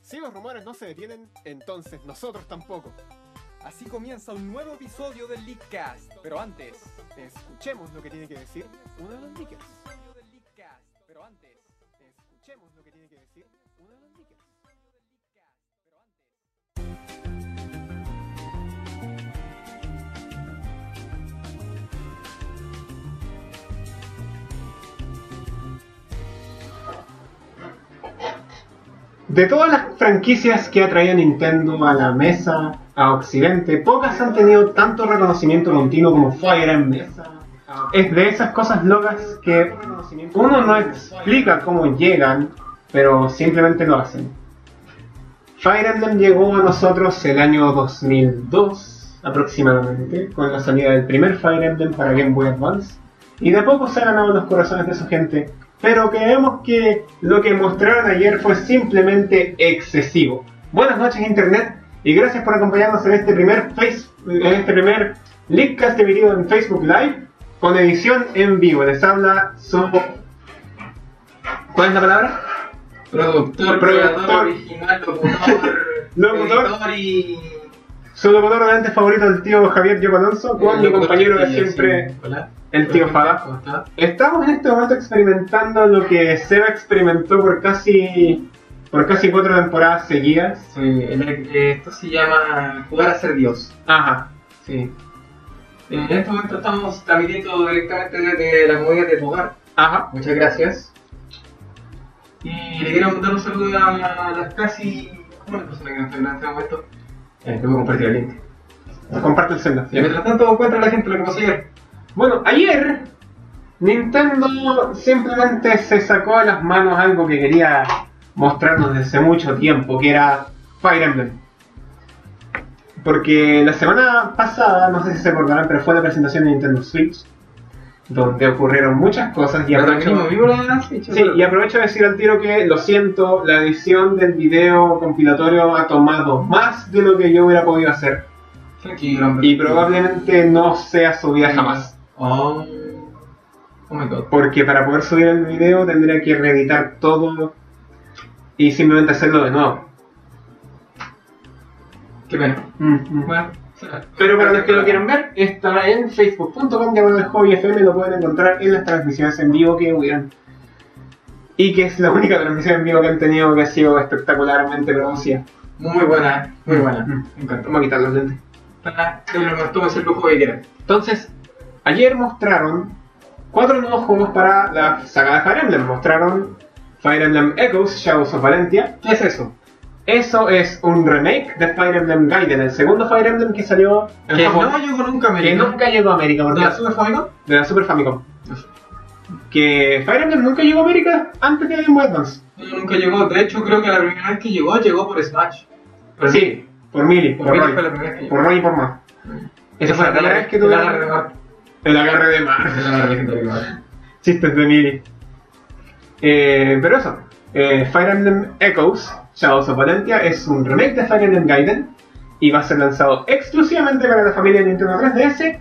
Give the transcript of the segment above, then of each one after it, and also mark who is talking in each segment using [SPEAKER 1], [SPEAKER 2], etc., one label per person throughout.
[SPEAKER 1] Si los rumores no se detienen, entonces nosotros tampoco.
[SPEAKER 2] Así comienza un nuevo episodio del Leakcast. Pero antes,
[SPEAKER 1] Escuchemos lo que tiene que decir uno de los leakers.
[SPEAKER 2] episodio del Leakcast. Pero antes,
[SPEAKER 1] Escuchemos lo que tiene que decir uno de los leakers.
[SPEAKER 2] pero antes.
[SPEAKER 1] De todas las franquicias que ha traído Nintendo a la mesa, a Occidente, pocas han tenido tanto reconocimiento continuo como Fire Emblem. Es de esas cosas locas que uno no explica cómo llegan, pero simplemente lo hacen. Fire Emblem llegó a nosotros el año 2002 aproximadamente, con la salida del primer Fire Emblem para Game Boy Advance, y de poco se ha ganado los corazones de su gente, pero creemos que lo que mostraron ayer fue simplemente excesivo. Buenas noches Internet, y gracias por acompañarnos en este primer, face, en este primer Leakcast emitido en Facebook Live, con edición en vivo. Les habla su... ¿Cuál es la palabra?
[SPEAKER 3] Productor,
[SPEAKER 1] Productor.
[SPEAKER 3] creador original, locutor,
[SPEAKER 1] Locutor.
[SPEAKER 3] editor y...
[SPEAKER 1] Su locutor delante favorito, el tío Javier Diego Alonso, con mi
[SPEAKER 3] locutor
[SPEAKER 1] compañero de
[SPEAKER 3] que sigue
[SPEAKER 1] siempre,
[SPEAKER 3] haciendo- Hola.
[SPEAKER 1] el tío
[SPEAKER 3] Hola,
[SPEAKER 1] Fada.
[SPEAKER 3] ¿Cómo está?
[SPEAKER 1] Estamos en este momento experimentando lo que Seba experimentó por casi por casi cuatro temporadas seguidas.
[SPEAKER 3] Sí, el- eh, esto se llama jugar a ser Dios.
[SPEAKER 1] Ajá,
[SPEAKER 3] Sí. En este momento estamos transmitiendo directamente desde la comunidad de tu hogar.
[SPEAKER 1] ajá.
[SPEAKER 3] Muchas gracias. Y le quiero mandar un saludo a las casi... Bueno, personas que nos están en este momento. Eh, te voy a compartir el link.
[SPEAKER 1] Comparte el celular.
[SPEAKER 3] Y mientras tanto, encuentra la gente lo que pasó ayer.
[SPEAKER 1] Bueno, ayer Nintendo simplemente se sacó de las manos algo que quería mostrarnos desde mucho tiempo, que era Fire Emblem. Porque la semana pasada, no sé si se acordarán, pero fue la presentación de Nintendo Switch, donde ocurrieron muchas cosas y
[SPEAKER 3] Pero
[SPEAKER 1] aprovecho-
[SPEAKER 3] transmitimos vivo la Switch,
[SPEAKER 1] Sí,
[SPEAKER 3] ¿o?
[SPEAKER 1] y aprovecho de decir al tiro que, lo siento, la edición del video compilatorio ha tomado más de lo que yo hubiera podido hacer.
[SPEAKER 3] Tranquilo, hombre.
[SPEAKER 1] Y probablemente no sea subida jamás.
[SPEAKER 3] Oh, oh my god.
[SPEAKER 1] Porque para poder subir el video tendría que reeditar todo y simplemente hacerlo de nuevo.
[SPEAKER 3] Qué pena.
[SPEAKER 1] Mm, mm.
[SPEAKER 3] Bueno, será.
[SPEAKER 1] Pero para los que lo quieran ver, está en facebook.com diagonal hobby FM, lo pueden encontrar en las transmisiones en vivo que hubieran. Y que es la única transmisión en vivo que han tenido que ha sido espectacularmente producida.
[SPEAKER 3] Muy buena, muy buena.
[SPEAKER 1] Mm.
[SPEAKER 3] Me encantó.
[SPEAKER 1] Vamos a quitar los lentes.
[SPEAKER 3] Para que lo martó es el lujo que quieran.
[SPEAKER 1] Entonces, ayer mostraron cuatro nuevos juegos para la saga de Fire Emblem. Mostraron Fire Emblem Echoes, Shadows of Valentia.
[SPEAKER 3] ¿Qué es eso?
[SPEAKER 1] Eso es un remake de Fire Emblem Gaiden, el segundo Fire Emblem que salió en
[SPEAKER 3] Que
[SPEAKER 1] Japón,
[SPEAKER 3] no llegó nunca a
[SPEAKER 1] que
[SPEAKER 3] América.
[SPEAKER 1] nunca llegó a América,
[SPEAKER 3] ¿De
[SPEAKER 1] porque
[SPEAKER 3] la Super Famicom?
[SPEAKER 1] de la Super Famicom. Que Fire Emblem nunca llegó a América antes de Game Boy Advance.
[SPEAKER 3] No, nunca llegó. De hecho, creo que la primera vez que llegó, llegó por Smash. Por
[SPEAKER 1] sí, por Mili, por,
[SPEAKER 3] Por mí
[SPEAKER 1] Roy,
[SPEAKER 3] fue la primera vez que llegó.
[SPEAKER 1] por Roy y por más. Esa fue la primera vez que
[SPEAKER 3] tuve.
[SPEAKER 1] tuve
[SPEAKER 3] La de Mar.
[SPEAKER 1] el agarre de mar.
[SPEAKER 3] La de Mar.
[SPEAKER 1] Chistes de Mili. Eh, pero eso, eh, Fire Emblem Echoes, Shadows of Valentia, es un remake de Fire Emblem Gaiden y va a ser lanzado exclusivamente para la familia de Nintendo 3DS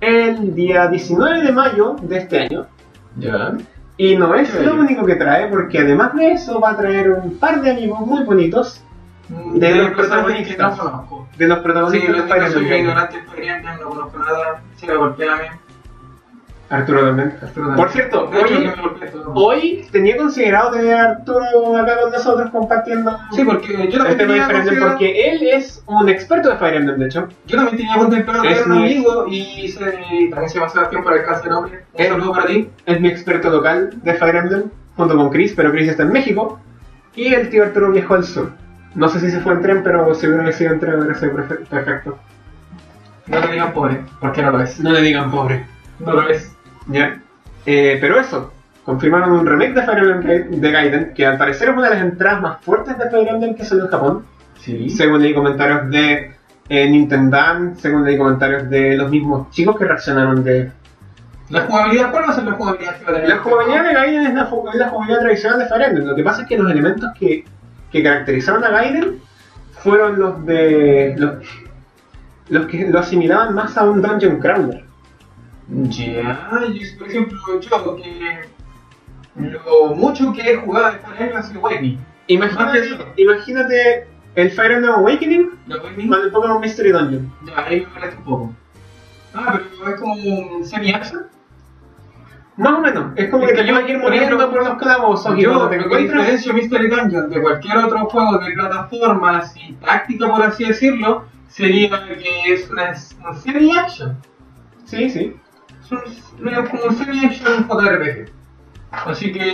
[SPEAKER 1] el día 19 de mayo de este año.
[SPEAKER 3] Ya.
[SPEAKER 1] Y no es
[SPEAKER 3] Qué
[SPEAKER 1] lo
[SPEAKER 3] bello.
[SPEAKER 1] único que trae, porque además de eso va a traer un par de amigos muy bonitos
[SPEAKER 3] De
[SPEAKER 1] los
[SPEAKER 3] las personas que no
[SPEAKER 1] protagonistas.
[SPEAKER 3] conozco.
[SPEAKER 1] de los
[SPEAKER 3] Sí,
[SPEAKER 1] protagonistas
[SPEAKER 3] yo
[SPEAKER 1] de Fire
[SPEAKER 3] soy
[SPEAKER 1] Emblem Gaiden.
[SPEAKER 3] ignorante, corriente, no conozco nada. Si me golpeame.
[SPEAKER 1] Arturo también. Por cierto,
[SPEAKER 3] De hecho, que
[SPEAKER 1] hoy,
[SPEAKER 3] me golpeé todo.
[SPEAKER 1] hoy tenía considerado tener a Arturo acá con nosotros compartiendo
[SPEAKER 3] Sí, porque yo
[SPEAKER 1] el
[SPEAKER 3] también
[SPEAKER 1] tema de Este
[SPEAKER 3] tenía
[SPEAKER 1] Fire Emblem,
[SPEAKER 3] considerado-
[SPEAKER 1] porque él es un experto de Fire Emblem, de hecho.
[SPEAKER 3] yo también tenía contemplado
[SPEAKER 1] Es
[SPEAKER 3] tener un
[SPEAKER 1] mi-
[SPEAKER 3] amigo y se, también se llama Sebastián para el cáncer hombre. Un
[SPEAKER 1] Es-
[SPEAKER 3] saludo para ti.
[SPEAKER 1] Es mi experto local de Fire Emblem, junto con Chris, pero Chris está en México. Y el tío Arturo viajó al sur. No sé si se fue en tren, pero si hubiera sido en tren hubiera sido perfe- perfecto.
[SPEAKER 3] No te digan pobre, porque no lo es.
[SPEAKER 1] No le digan pobre.
[SPEAKER 3] No lo es.
[SPEAKER 1] Ya. Eh, pero eso, confirmaron un remake de Fire Emblem Ga- de Gaiden, que al parecer es una de las entradas más fuertes de Fire Emblem que salió en Japón.
[SPEAKER 3] Sí.
[SPEAKER 1] Según leí comentarios de eh, Nintendo, según leí comentarios de los mismos chicos que reaccionaron de...
[SPEAKER 3] La jugabilidad, ¿cuál va a ser la jugabilidad que va a tener?
[SPEAKER 1] La jugabilidad de Gaiden es la, ju- es la jugabilidad tradicional de Fire Emblem. Lo que pasa es que los elementos que, que caracterizaron a Gaiden fueron los de... Los, los que lo asimilaban más a un dungeon crawler.
[SPEAKER 3] Ya, yo, por ejemplo, yo que. Lo mucho que he jugado de Fire Emblem ha sido Awakening.
[SPEAKER 1] Imagínate,
[SPEAKER 3] Ah,
[SPEAKER 1] imagínate el Fire Emblem Awakening
[SPEAKER 3] ¿La voy mismo?
[SPEAKER 1] con el Pokémon Mystery Dungeon.
[SPEAKER 3] Ya, ahí me molesta un poco. Ah, pero es como un semi-action.
[SPEAKER 1] Más o menos. Es como
[SPEAKER 3] Es
[SPEAKER 1] que
[SPEAKER 3] que
[SPEAKER 1] te
[SPEAKER 3] yo,
[SPEAKER 1] vas a ir
[SPEAKER 3] por
[SPEAKER 1] moviendo
[SPEAKER 3] ejemplo,
[SPEAKER 1] por los calabozos y
[SPEAKER 3] Yo
[SPEAKER 1] cuando te
[SPEAKER 3] lo que
[SPEAKER 1] encuentras.
[SPEAKER 3] diferencio Mystery Dungeon de cualquier otro juego de plataformas y táctica, por así decirlo, sería que es una, una serie action.
[SPEAKER 1] Sí, sí.
[SPEAKER 3] Es un- una- como un serie action JRPG. Así que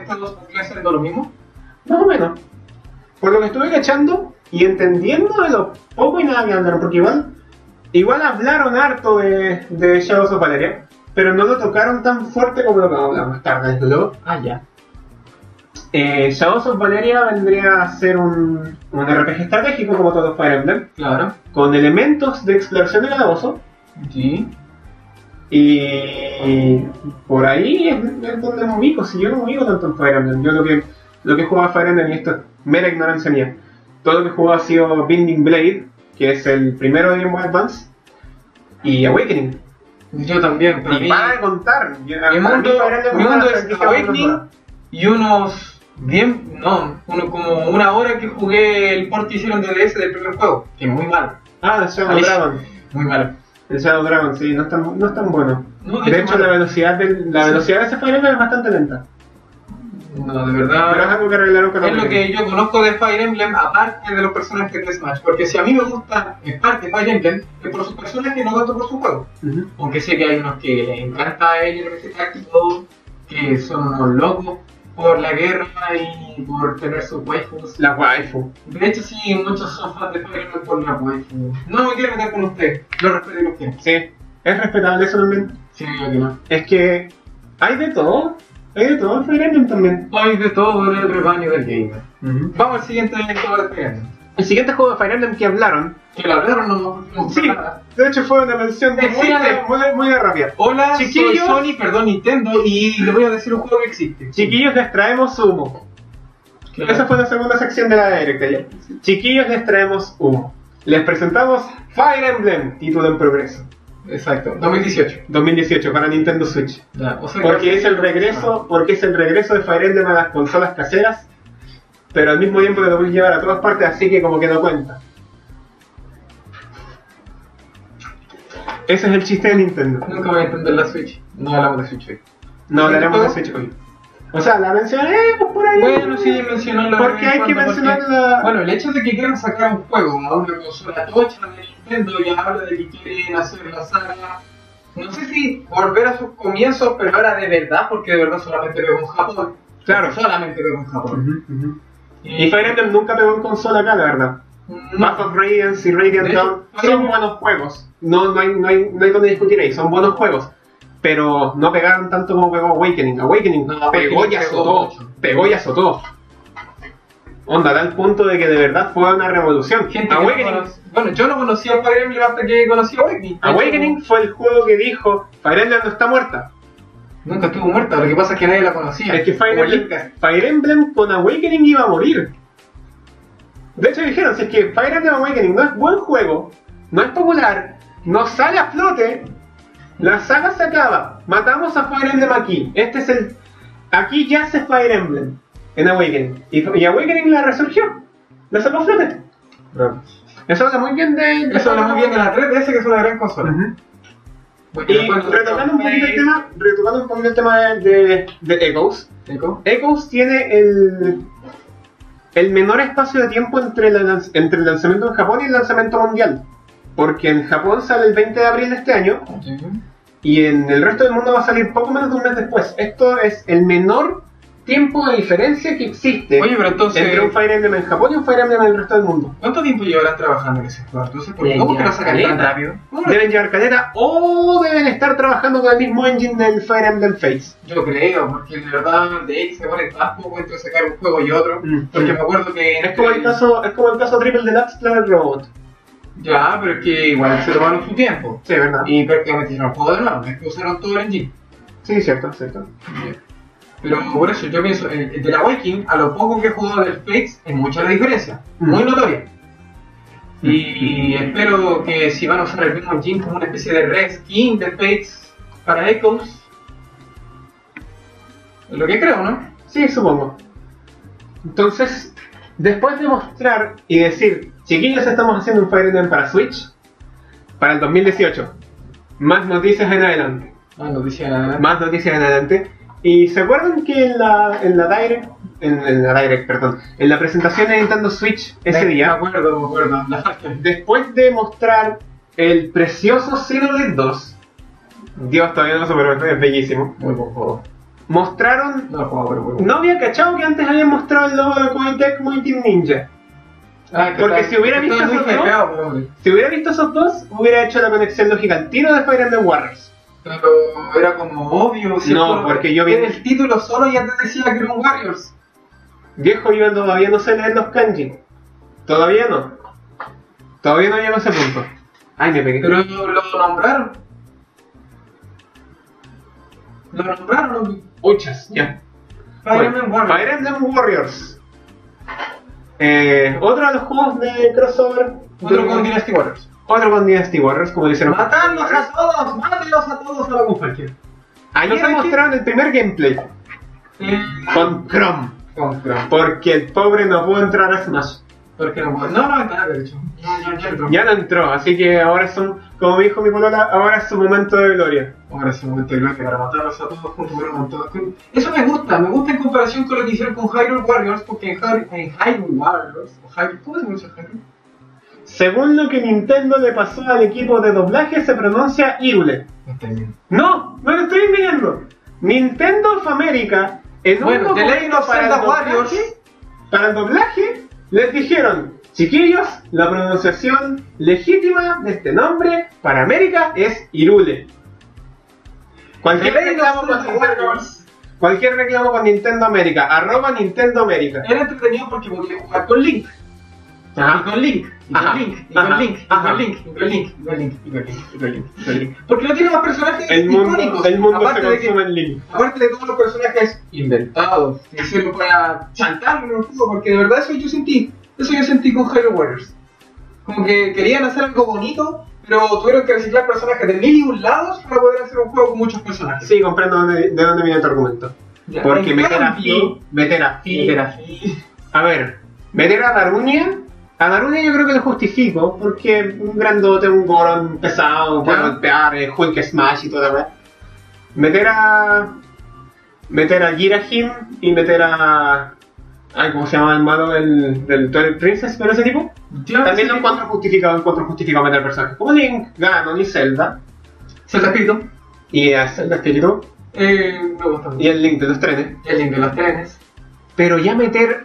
[SPEAKER 3] estos dos podrían ser lo mismo.
[SPEAKER 1] Más o menos. Por lo que estuve cachando y entendiendo de lo poco y nada que hablaron, porque igual, igual hablaron harto de, de Shadows of Valeria, pero no lo tocaron tan fuerte como lo que vamos a hablar más tarde, desde luego.
[SPEAKER 3] Ah, ya.
[SPEAKER 1] Eh, Shadows of Valeria vendría a ser un, un RPG estratégico como todos los Fire Emblem,
[SPEAKER 3] Claro.
[SPEAKER 1] con elementos de exploración de calabozo,
[SPEAKER 3] Sí.
[SPEAKER 1] y por ahí es, es donde me ubico, si yo no me ubico tanto en Fire Emblem, yo lo que, lo que jugaba Fire Emblem, y esto es mera ignorancia mía, todo lo que jugaba ha sido Binding Blade, que es el primero de Game Boy Advance, y Awakening.
[SPEAKER 3] Yo también, pero a
[SPEAKER 1] Y
[SPEAKER 3] mí-
[SPEAKER 1] para de contar, yo- para
[SPEAKER 3] Mi
[SPEAKER 1] mí
[SPEAKER 3] mundo,
[SPEAKER 1] Fire Emblem
[SPEAKER 3] mi
[SPEAKER 1] es una
[SPEAKER 3] mundo es
[SPEAKER 1] franquicia
[SPEAKER 3] Awakening
[SPEAKER 1] bárbara.
[SPEAKER 3] y unos 10, no, uno, como una hora que jugué el port que hicieron de DS del primer juego, que es muy malo,
[SPEAKER 1] Ah, el Shadow
[SPEAKER 3] Ahí-
[SPEAKER 1] Dragon.
[SPEAKER 3] muy malo.
[SPEAKER 1] El Shadow Dragon, sí, no es tan, no es tan bueno.
[SPEAKER 3] No,
[SPEAKER 1] De hecho, la velocidad, del, la
[SPEAKER 3] Sí.
[SPEAKER 1] velocidad de ese Fire Emblem es bastante lenta.
[SPEAKER 3] no, de
[SPEAKER 1] Pero es
[SPEAKER 3] verdad,
[SPEAKER 1] algo que arreglaron con
[SPEAKER 3] Ah, es lo
[SPEAKER 1] Awakening.
[SPEAKER 3] que yo conozco de Fire Emblem, aparte de los personajes de Smash, porque si a mí me gusta en parte Fire Emblem, es por sus personajes, no tanto por su juego.
[SPEAKER 1] Ujú.
[SPEAKER 3] Aunque sé que hay unos que les encanta el RPG táctico, que son unos locos por la guerra y por tener sus waifus.
[SPEAKER 1] La waifu.
[SPEAKER 3] De hecho, sí, muchos son fans de Fire Emblem por la waifu. No me quiero meter con usted, lo respeto y lo quiero.
[SPEAKER 1] Sí, es respetable eso también.
[SPEAKER 3] Sí, yo que no.
[SPEAKER 1] Es que hay de todo. Hay de todo en Fire Emblem también.
[SPEAKER 3] Hoy de todo el rebaño del gamer. Vamos al siguiente juego de Fire Emblem.
[SPEAKER 1] El siguiente juego de Fire Emblem que hablaron.
[SPEAKER 3] Que lo hablaron, no me no,
[SPEAKER 1] Sí,
[SPEAKER 3] nada.
[SPEAKER 1] de hecho fue una mención de muy,
[SPEAKER 3] Existe.
[SPEAKER 1] muy, muy de rápida.
[SPEAKER 3] Hola,
[SPEAKER 1] Chiquillos.
[SPEAKER 3] soy Sony, perdón, Nintendo, y le voy a decir un juego que existe.
[SPEAKER 1] Chiquillos, les traemos humo.
[SPEAKER 3] Claro.
[SPEAKER 1] Esa fue la segunda sección de la directa ya. Chiquillos, les traemos humo. Les presentamos Fire Emblem, título en progreso.
[SPEAKER 3] Exacto, 2018.
[SPEAKER 1] 2018 para Nintendo Switch.
[SPEAKER 3] Ya, o sea,
[SPEAKER 1] Porque es el regreso, porque es el regreso de Fire Emblem a las consolas caseras, pero al mismo tiempo te lo voy a llevar a todas partes, así que como que no cuenta. Ese es el chiste de Nintendo.
[SPEAKER 3] Ah, Nunca voy a entender la Switch. No hablamos de Switch hoy.
[SPEAKER 1] No hablaremos de Switch hoy. O sea, la mencionaremos por ahí.
[SPEAKER 3] Bueno, sí, mencionarlo. de vez
[SPEAKER 1] Porque
[SPEAKER 3] en
[SPEAKER 1] hay que
[SPEAKER 3] cuando, porque-
[SPEAKER 1] mencionar la...
[SPEAKER 3] Bueno, el hecho de que quieran sacar un juego, ¿no? una consola tocha de Nintendo y habla de que quieren hacer la saga. No sé si volver a sus comienzos, pero ahora de verdad, porque de verdad solamente veo un Japón.
[SPEAKER 1] Claro.
[SPEAKER 3] Solamente veo un Japón.
[SPEAKER 1] Ujú, ujú. Y Fire Emblem nunca pegó en consola acá, la verdad.
[SPEAKER 3] no,
[SPEAKER 1] Map of Radiance y Radiant
[SPEAKER 3] De
[SPEAKER 1] Dawn
[SPEAKER 3] hecho,
[SPEAKER 1] son
[SPEAKER 3] sí.
[SPEAKER 1] buenos juegos. No, no, hay, no, hay, no hay donde discutir ahí, son buenos juegos. Pero no pegaron tanto como pegó Awakening. Awakening
[SPEAKER 3] No,
[SPEAKER 1] pegó
[SPEAKER 3] Awakening
[SPEAKER 1] y
[SPEAKER 3] pegó
[SPEAKER 1] azotó.
[SPEAKER 3] mucho.
[SPEAKER 1] Pegó y azotó. Onda, tal punto de que de verdad fue una revolución.
[SPEAKER 3] gente que no
[SPEAKER 1] Awakening,
[SPEAKER 3] conoce- bueno, yo no conocía a Fire Emblem hasta que conocí a Awakening.
[SPEAKER 1] Awakening fue el juego que dijo Fire Emblem no está muerta.
[SPEAKER 3] Nunca estuvo muerta, lo que pasa es que nadie la conocía.
[SPEAKER 1] Es que Fire
[SPEAKER 3] Como
[SPEAKER 1] Emblem,
[SPEAKER 3] Linkas.
[SPEAKER 1] Fire Emblem con Awakening iba a morir. De hecho dijeron, si es que Fire Emblem Awakening no es buen juego, no es popular, no sale a flote, la saga se acaba. Matamos a Fire Emblem aquí. Este es el... Aquí yace Fire Emblem en Awakening. Y, y Awakening la resurgió. La sacó a flote. Eso habla muy bien de...
[SPEAKER 3] Eso habla muy bien de la 3DS, que es una gran consola.
[SPEAKER 1] Ujú.
[SPEAKER 3] Bueno,
[SPEAKER 1] Y
[SPEAKER 3] bueno,
[SPEAKER 1] retocando un poquito el
[SPEAKER 3] eh,
[SPEAKER 1] tema, retocando un poquito el tema de, de, de Echoes,
[SPEAKER 3] Echo.
[SPEAKER 1] Echoes tiene el, el menor espacio de tiempo entre, la lanz- entre el lanzamiento en Japón y el lanzamiento mundial. Porque en Japón sale el 20 de abril de este año y en el resto del mundo va a salir poco menos de un mes después. Esto es el menor tiempo de diferencia que existe
[SPEAKER 3] Oye,
[SPEAKER 1] entre
[SPEAKER 3] pero
[SPEAKER 1] un
[SPEAKER 3] entonces,
[SPEAKER 1] Fire Emblem en Japón y un Fire Emblem en el resto del mundo.
[SPEAKER 3] ¿cuánto tiempo llevarán trabajando en ese juego? Entonces, ¿por qué? ¿Cómo que lo sacan tan
[SPEAKER 1] Caleta.
[SPEAKER 3] rápido? Bueno,
[SPEAKER 1] Deben llevar caleta o deben estar trabajando con el mismo engine del Fire Emblem Fates.
[SPEAKER 3] Yo creo, porque de verdad de ahí se pone tan poco entre sacar un juego y otro.
[SPEAKER 1] Mm,
[SPEAKER 3] Porque me acuerdo que. este
[SPEAKER 1] Es como el caso, es como el caso Triple Deluxe Planet Robot.
[SPEAKER 3] Ya, pero es que igual se tomaron su tiempo.
[SPEAKER 1] Sí, verdad.
[SPEAKER 3] Y prácticamente hicieron el juego de nuevo, es que usaron todo el engine.
[SPEAKER 1] Sí, cierto, cierto.
[SPEAKER 3] Pero por eso yo pienso, el, el de la Viking, a lo poco que he jugado del Fates, es mucha la diferencia.
[SPEAKER 1] Mm.
[SPEAKER 3] Muy notoria. Y espero que si van a usar el mismo engine como una especie de reskin de Fates para Echoes. Es lo que creo, ¿no?
[SPEAKER 1] Sí, supongo. Entonces, después de mostrar y decir, chiquillos, estamos haciendo un Fire Emblem para Switch, para el 2018, más noticias en adelante,
[SPEAKER 3] Ah, noticia adelante.
[SPEAKER 1] más noticias en adelante. Y se acuerdan que en la, en la Direct, en, en la Direct, perdón, en la presentación de Nintendo Switch ese
[SPEAKER 3] Me- Me
[SPEAKER 1] día,
[SPEAKER 3] acuerdo, me acuerdo. La parte.
[SPEAKER 1] después de mostrar el precioso Xenoblade 2, Dios todavía no lo supero, es bellísimo,
[SPEAKER 3] Muy buen juego.
[SPEAKER 1] mostraron
[SPEAKER 3] No lo he jugado, pero muy bueno.
[SPEAKER 1] No había cachado que antes habían mostrado el logo de Point Tech Muy Team Ninja.
[SPEAKER 3] Ah, que
[SPEAKER 1] Porque
[SPEAKER 3] está-
[SPEAKER 1] si hubiera
[SPEAKER 3] está
[SPEAKER 1] visto
[SPEAKER 3] muy
[SPEAKER 1] esos dos-
[SPEAKER 3] hypeado, pero, hombre.
[SPEAKER 1] Si hubiera visto esos dos, hubiera hecho la conexión lógica al tiro de Fire Emblem Warriors.
[SPEAKER 3] Pero era como obvio. si
[SPEAKER 1] No,
[SPEAKER 3] el-
[SPEAKER 1] porque yo vi-
[SPEAKER 3] era el título solo ya te decía que era un Warriors.
[SPEAKER 1] Viejo, yo todavía no sé leer los kanji. Todavía no. Todavía no llego a ese punto. Ay, me pegué.
[SPEAKER 3] Pero lo nombraron. Lo nombraron.
[SPEAKER 1] Muchas, ya.
[SPEAKER 3] Fire
[SPEAKER 1] Bueno,
[SPEAKER 3] Emblem Warriors.
[SPEAKER 1] Fire Emblem Warriors. Eh, otro de los juegos de crossover.
[SPEAKER 3] Otro
[SPEAKER 1] de-
[SPEAKER 3] con Dynasty Warriors.
[SPEAKER 1] Otro con Dynasty Warriors, como dicen.
[SPEAKER 3] Matarlos a todos, mátenlos a todos a la conferencia.
[SPEAKER 1] Ayer
[SPEAKER 3] ¿No sabes qué?
[SPEAKER 1] mostraron el primer gameplay con Chrome.
[SPEAKER 3] Eh, Contra.
[SPEAKER 1] Porque el pobre no pudo entrar a Smash.
[SPEAKER 3] Porque no puedo. No, no, nada, de hecho. Ya, ya, ya entro.
[SPEAKER 1] Ya no entró, así que ahora son, como me dijo mi polola, ahora es su momento de gloria.
[SPEAKER 3] Ahora es el momento de gloria para matarlos a todos juntos, pero montados con- Eso me gusta, me gusta en comparación con lo que hicieron con Hyrule Warriors, porque en Hy- en Hyrule Warriors, o Hyrule, ¿cómo se pronuncia Hyrule?
[SPEAKER 1] Según lo que Nintendo le pasó al equipo de doblaje, se pronuncia Irule.
[SPEAKER 3] No está bien.
[SPEAKER 1] No, no lo estoy enviando. Nintendo of America, en
[SPEAKER 3] Bueno,
[SPEAKER 1] un
[SPEAKER 3] The Legend
[SPEAKER 1] documento
[SPEAKER 3] of
[SPEAKER 1] para el,
[SPEAKER 3] Zelda
[SPEAKER 1] doblaje,
[SPEAKER 3] Warriors.
[SPEAKER 1] para el doblaje, les dijeron, chiquillos, la pronunciación legítima de este nombre para América es Irule.
[SPEAKER 3] The
[SPEAKER 1] Cualquier
[SPEAKER 3] Legend
[SPEAKER 1] reclamo,
[SPEAKER 3] of
[SPEAKER 1] con
[SPEAKER 3] Zelda
[SPEAKER 1] Nintendo,
[SPEAKER 3] Warriors.
[SPEAKER 1] cualquier reclamo con Nintendo América, arroba Nintendo América.
[SPEAKER 3] Era entretenido porque podía jugar con Link.
[SPEAKER 1] Ajá.
[SPEAKER 3] Y con Link, y
[SPEAKER 1] Ajá,
[SPEAKER 3] con Link, y
[SPEAKER 1] ajá,
[SPEAKER 3] con Link, y
[SPEAKER 1] ajá.
[SPEAKER 3] con Link, y con Link, y con Link, y con Link, y con Link, y con Link. Porque no tiene más personajes
[SPEAKER 1] El mundo,
[SPEAKER 3] icónicos.
[SPEAKER 1] el mundo se
[SPEAKER 3] aparte, de que,
[SPEAKER 1] consume en Link.
[SPEAKER 3] aparte de todos los personajes inventados, que hicieron para chantarlo en el juego, porque de verdad eso yo sentí, eso yo sentí con Hyrule Warriors. Como que querían hacer algo bonito, pero tuvieron que reciclar personajes de mil y un lados para poder hacer un juego con muchos personajes.
[SPEAKER 1] Sí, comprendo dónde- de dónde viene tu argumento.
[SPEAKER 3] Ya,
[SPEAKER 1] Porque
[SPEAKER 3] en
[SPEAKER 1] meter a
[SPEAKER 3] cambio-
[SPEAKER 1] Fi, meter a Fi,
[SPEAKER 3] meter a Fi.
[SPEAKER 1] a ver, meter a Darunia, a Darunia yo creo que lo justifico, porque un grandote, un Goron pesado, puede
[SPEAKER 3] Claro.
[SPEAKER 1] golpear, eh, Hulk Smash y toda la verdad. Meter a... meter a Girahim y meter a... Ay, ¿cómo se llama el malo del, del Twilight Princess? ¿Pero ese tipo?
[SPEAKER 3] Ya,
[SPEAKER 1] También
[SPEAKER 3] Ah, sí.
[SPEAKER 1] lo encuentro justificado, encuentro justificado meter personajes como Link, Ganon y Zelda.
[SPEAKER 3] Zelda Espíritu.
[SPEAKER 1] Y a Zelda Espíritu.
[SPEAKER 3] Eh, me gusta mucho.
[SPEAKER 1] y el link de los trenes.
[SPEAKER 3] El link de los trenes.
[SPEAKER 1] Pero ya meter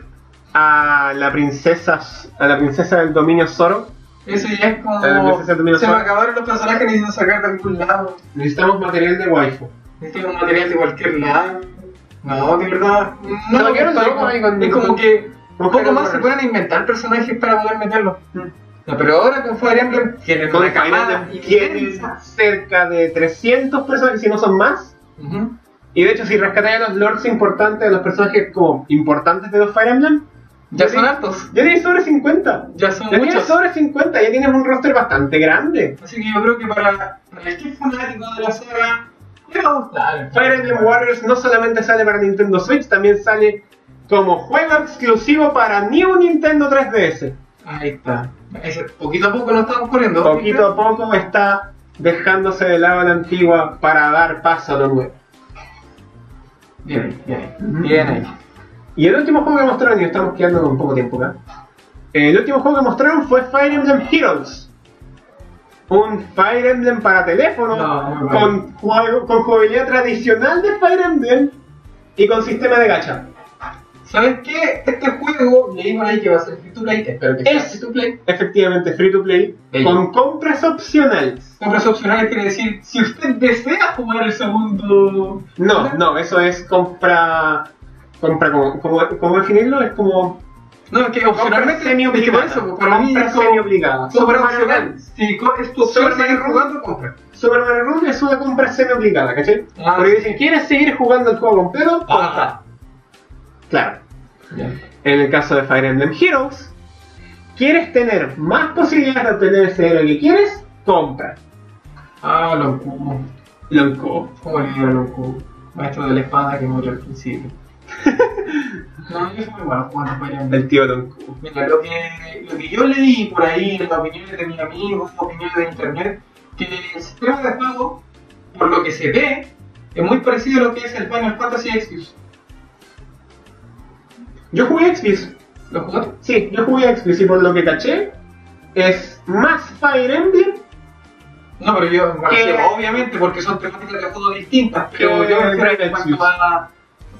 [SPEAKER 1] a la princesa a la princesa del dominio Zoro,
[SPEAKER 3] Ese ya es como.
[SPEAKER 1] Ah, el Mephisto terminó
[SPEAKER 3] se me
[SPEAKER 1] solo.
[SPEAKER 3] acabaron los personajes que necesitan sacar de algún lado.
[SPEAKER 1] necesitamos material de waifu.
[SPEAKER 3] Necesitan un material de cualquier lado. No, de verdad.
[SPEAKER 1] Se
[SPEAKER 3] No,
[SPEAKER 1] lo
[SPEAKER 3] me
[SPEAKER 1] quedaron
[SPEAKER 3] gusta.
[SPEAKER 1] locos ahí con-
[SPEAKER 3] Es como que
[SPEAKER 1] con
[SPEAKER 3] un poco
[SPEAKER 1] Hyrule
[SPEAKER 3] más se
[SPEAKER 1] Warriors.
[SPEAKER 3] pueden inventar personajes para poder meterlos.
[SPEAKER 1] Mm.
[SPEAKER 3] No, pero ahora con Fire Emblem tienen
[SPEAKER 1] Con
[SPEAKER 3] una camada
[SPEAKER 1] tienen
[SPEAKER 3] inmensa.
[SPEAKER 1] cerca de 300 personajes, si no son más.
[SPEAKER 3] Ujú.
[SPEAKER 1] Y de hecho, si rescatáis a los lords importantes, a los personajes como importantes de los Fire Emblem,
[SPEAKER 3] Ya
[SPEAKER 1] Yo
[SPEAKER 3] son
[SPEAKER 1] sí.
[SPEAKER 3] hartos.
[SPEAKER 1] ya tienes sobre 50.
[SPEAKER 3] Ya son
[SPEAKER 1] Ya tienes
[SPEAKER 3] muchos.
[SPEAKER 1] sobre 50, ya tienes un roster bastante grande.
[SPEAKER 3] Así que yo creo que para, para el que es fanático de la saga, le va a gustar.
[SPEAKER 1] Fire Emblem Warriors no solamente sale para Nintendo Switch, también sale como juego exclusivo para New Nintendo 3DS.
[SPEAKER 3] Ahí está. Ese- poquito a poco lo estamos corriendo.
[SPEAKER 1] poquito a poco está dejándose de lado la antigua para dar paso a lo nuevo.
[SPEAKER 3] Bien ahí, bien ahí. Bien ahí.
[SPEAKER 1] Y el último juego que mostraron, y estamos quedando con poco tiempo acá, el último juego que mostraron fue Fire Emblem Heroes. Un Fire Emblem para teléfono
[SPEAKER 3] No, no, no.
[SPEAKER 1] con, juego- con jugabilidad tradicional de Fire Emblem y con sistema de gacha.
[SPEAKER 3] ¿Sabes qué? Este juego, leí por ahí que va a ser free to play, espero que sea
[SPEAKER 1] Es-
[SPEAKER 3] free to play.
[SPEAKER 1] Efectivamente, free to play,
[SPEAKER 3] Bello.
[SPEAKER 1] con compras opcionales.
[SPEAKER 3] Compras opcionales quiere decir, si usted desea jugar el segundo...
[SPEAKER 1] No, no, eso es compra. Compra, como, como, como definirlo, es como
[SPEAKER 3] No, es que opcionalmente... Es que por eso, para mí es
[SPEAKER 1] semi
[SPEAKER 3] como...
[SPEAKER 1] obligada.
[SPEAKER 3] Compra
[SPEAKER 1] Super Mario
[SPEAKER 3] opcional.
[SPEAKER 1] Run.
[SPEAKER 3] Si co- es tu opción
[SPEAKER 1] Super Mario
[SPEAKER 3] seguir
[SPEAKER 1] Run.
[SPEAKER 3] jugando, compra.
[SPEAKER 1] Super Mario Run es una compra semi obligada, ¿cachai?
[SPEAKER 3] Ah.
[SPEAKER 1] Porque dicen, ¿quieres seguir jugando el juego completo? Compra. Claro.
[SPEAKER 3] Ya.
[SPEAKER 1] En el caso de Fire Emblem Heroes, ¿quieres tener más posibilidades de obtener ese héroe que quieres? Compra.
[SPEAKER 3] Ah, loco.
[SPEAKER 1] Lonco.
[SPEAKER 3] Como le digo, loco. Maestro de la espada que murió al principio. No, yo soy muy bueno jugando Fire Emblem.
[SPEAKER 1] El tío Tonku.
[SPEAKER 3] Mira, lo que, lo que yo leí por ahí en las opiniones de mis amigos, opiniones de internet, que el sistema de juego, por lo que se ve, es muy parecido a lo que es el Final Fantasy X.
[SPEAKER 1] Yo jugué XBIS.
[SPEAKER 3] ¿Lo jugaste?
[SPEAKER 1] Sí, yo jugué XBIS y por lo que caché, es más Fire Emblem
[SPEAKER 3] No, pero yo, bueno,
[SPEAKER 1] Que-
[SPEAKER 3] sí, obviamente, porque son temáticas de juego distintas, pero
[SPEAKER 1] Que-
[SPEAKER 3] yo me refiero en
[SPEAKER 1] Exvius.
[SPEAKER 3] cuanto a...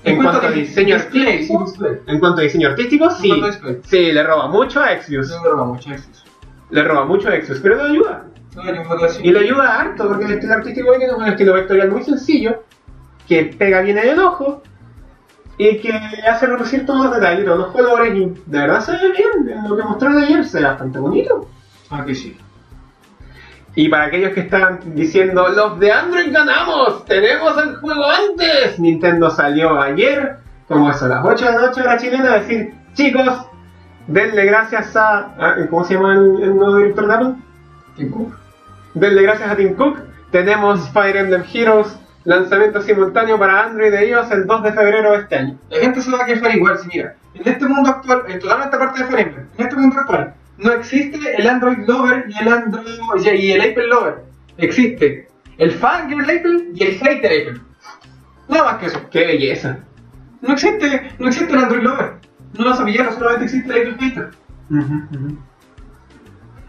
[SPEAKER 1] en cuanto a
[SPEAKER 3] di-
[SPEAKER 1] diseño
[SPEAKER 3] display, sí,
[SPEAKER 1] artístico.
[SPEAKER 3] display.
[SPEAKER 1] En cuanto a diseño artístico,
[SPEAKER 3] En
[SPEAKER 1] sí. Pues-
[SPEAKER 3] cuanto a display.
[SPEAKER 1] Sí, le roba mucho a Exvius.
[SPEAKER 3] Yo creo que va mucho Exvius.
[SPEAKER 1] Le roba mucho a Exvius, pero le ayuda.
[SPEAKER 3] No, yo creo que sí.
[SPEAKER 1] Y le ayuda harto, porque el estilo artístico que tiene es un estilo vectorial muy sencillo, que pega bien en el ojo y que hace reducir todos los detalles, todos los colores. Y de verdad se ve bien. Lo que mostraron ayer se ve bastante bonito.
[SPEAKER 3] Ah, que sí.
[SPEAKER 1] Y para aquellos que están diciendo, los de Android ganamos, tenemos el juego antes, Nintendo salió ayer, como eso, a las 8 de la noche hora chilena, a decir, chicos, denle gracias a... ah, ¿Cómo se llama el, el nuevo director de Apple?
[SPEAKER 3] Tipo,
[SPEAKER 1] Denle gracias a Tim Cook, tenemos Fire Emblem Heroes, lanzamiento simultáneo para Android e iOS el 2 de febrero de este año.
[SPEAKER 3] La gente se va a quejar igual si mira, en este mundo actual, en totalmente aparte de Fire Emblem, en este mundo actual, no existe el Android Lover y el Android y- y el Apple Lover. Existe el fangirl Apple y el hater Apple. Nada más que eso.
[SPEAKER 1] ¡Qué belleza!
[SPEAKER 3] No existe, no existe el Android Lover. No lo sabía, solamente existe el Apple Hater.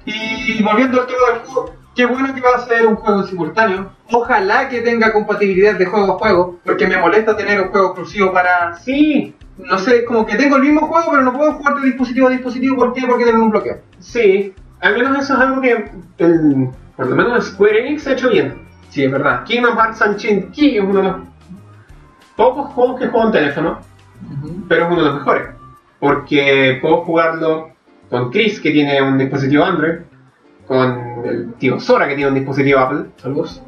[SPEAKER 3] Y volviendo al tema del juego, qué bueno que va a ser un juego en simultáneo. Ojalá que tenga compatibilidad de juego a juego, porque me molesta tener un juego exclusivo para
[SPEAKER 1] Sí,
[SPEAKER 3] no sé, como que tengo el mismo juego, pero no puedo jugar de dispositivo a dispositivo. ¿Por qué? Porque tienen un bloqueo.
[SPEAKER 1] sí, al menos eso es algo que el- por lo menos Square Enix ha hecho bien.
[SPEAKER 3] Sí, es verdad.
[SPEAKER 1] Kingdom Hearts Unchained Key es uno de los pocos juegos que juego en teléfono, pero es uno de los mejores. Porque puedo jugarlo con Chris, que tiene un dispositivo Android, con el tío Sora, que tiene un dispositivo Apple.
[SPEAKER 3] Saludos.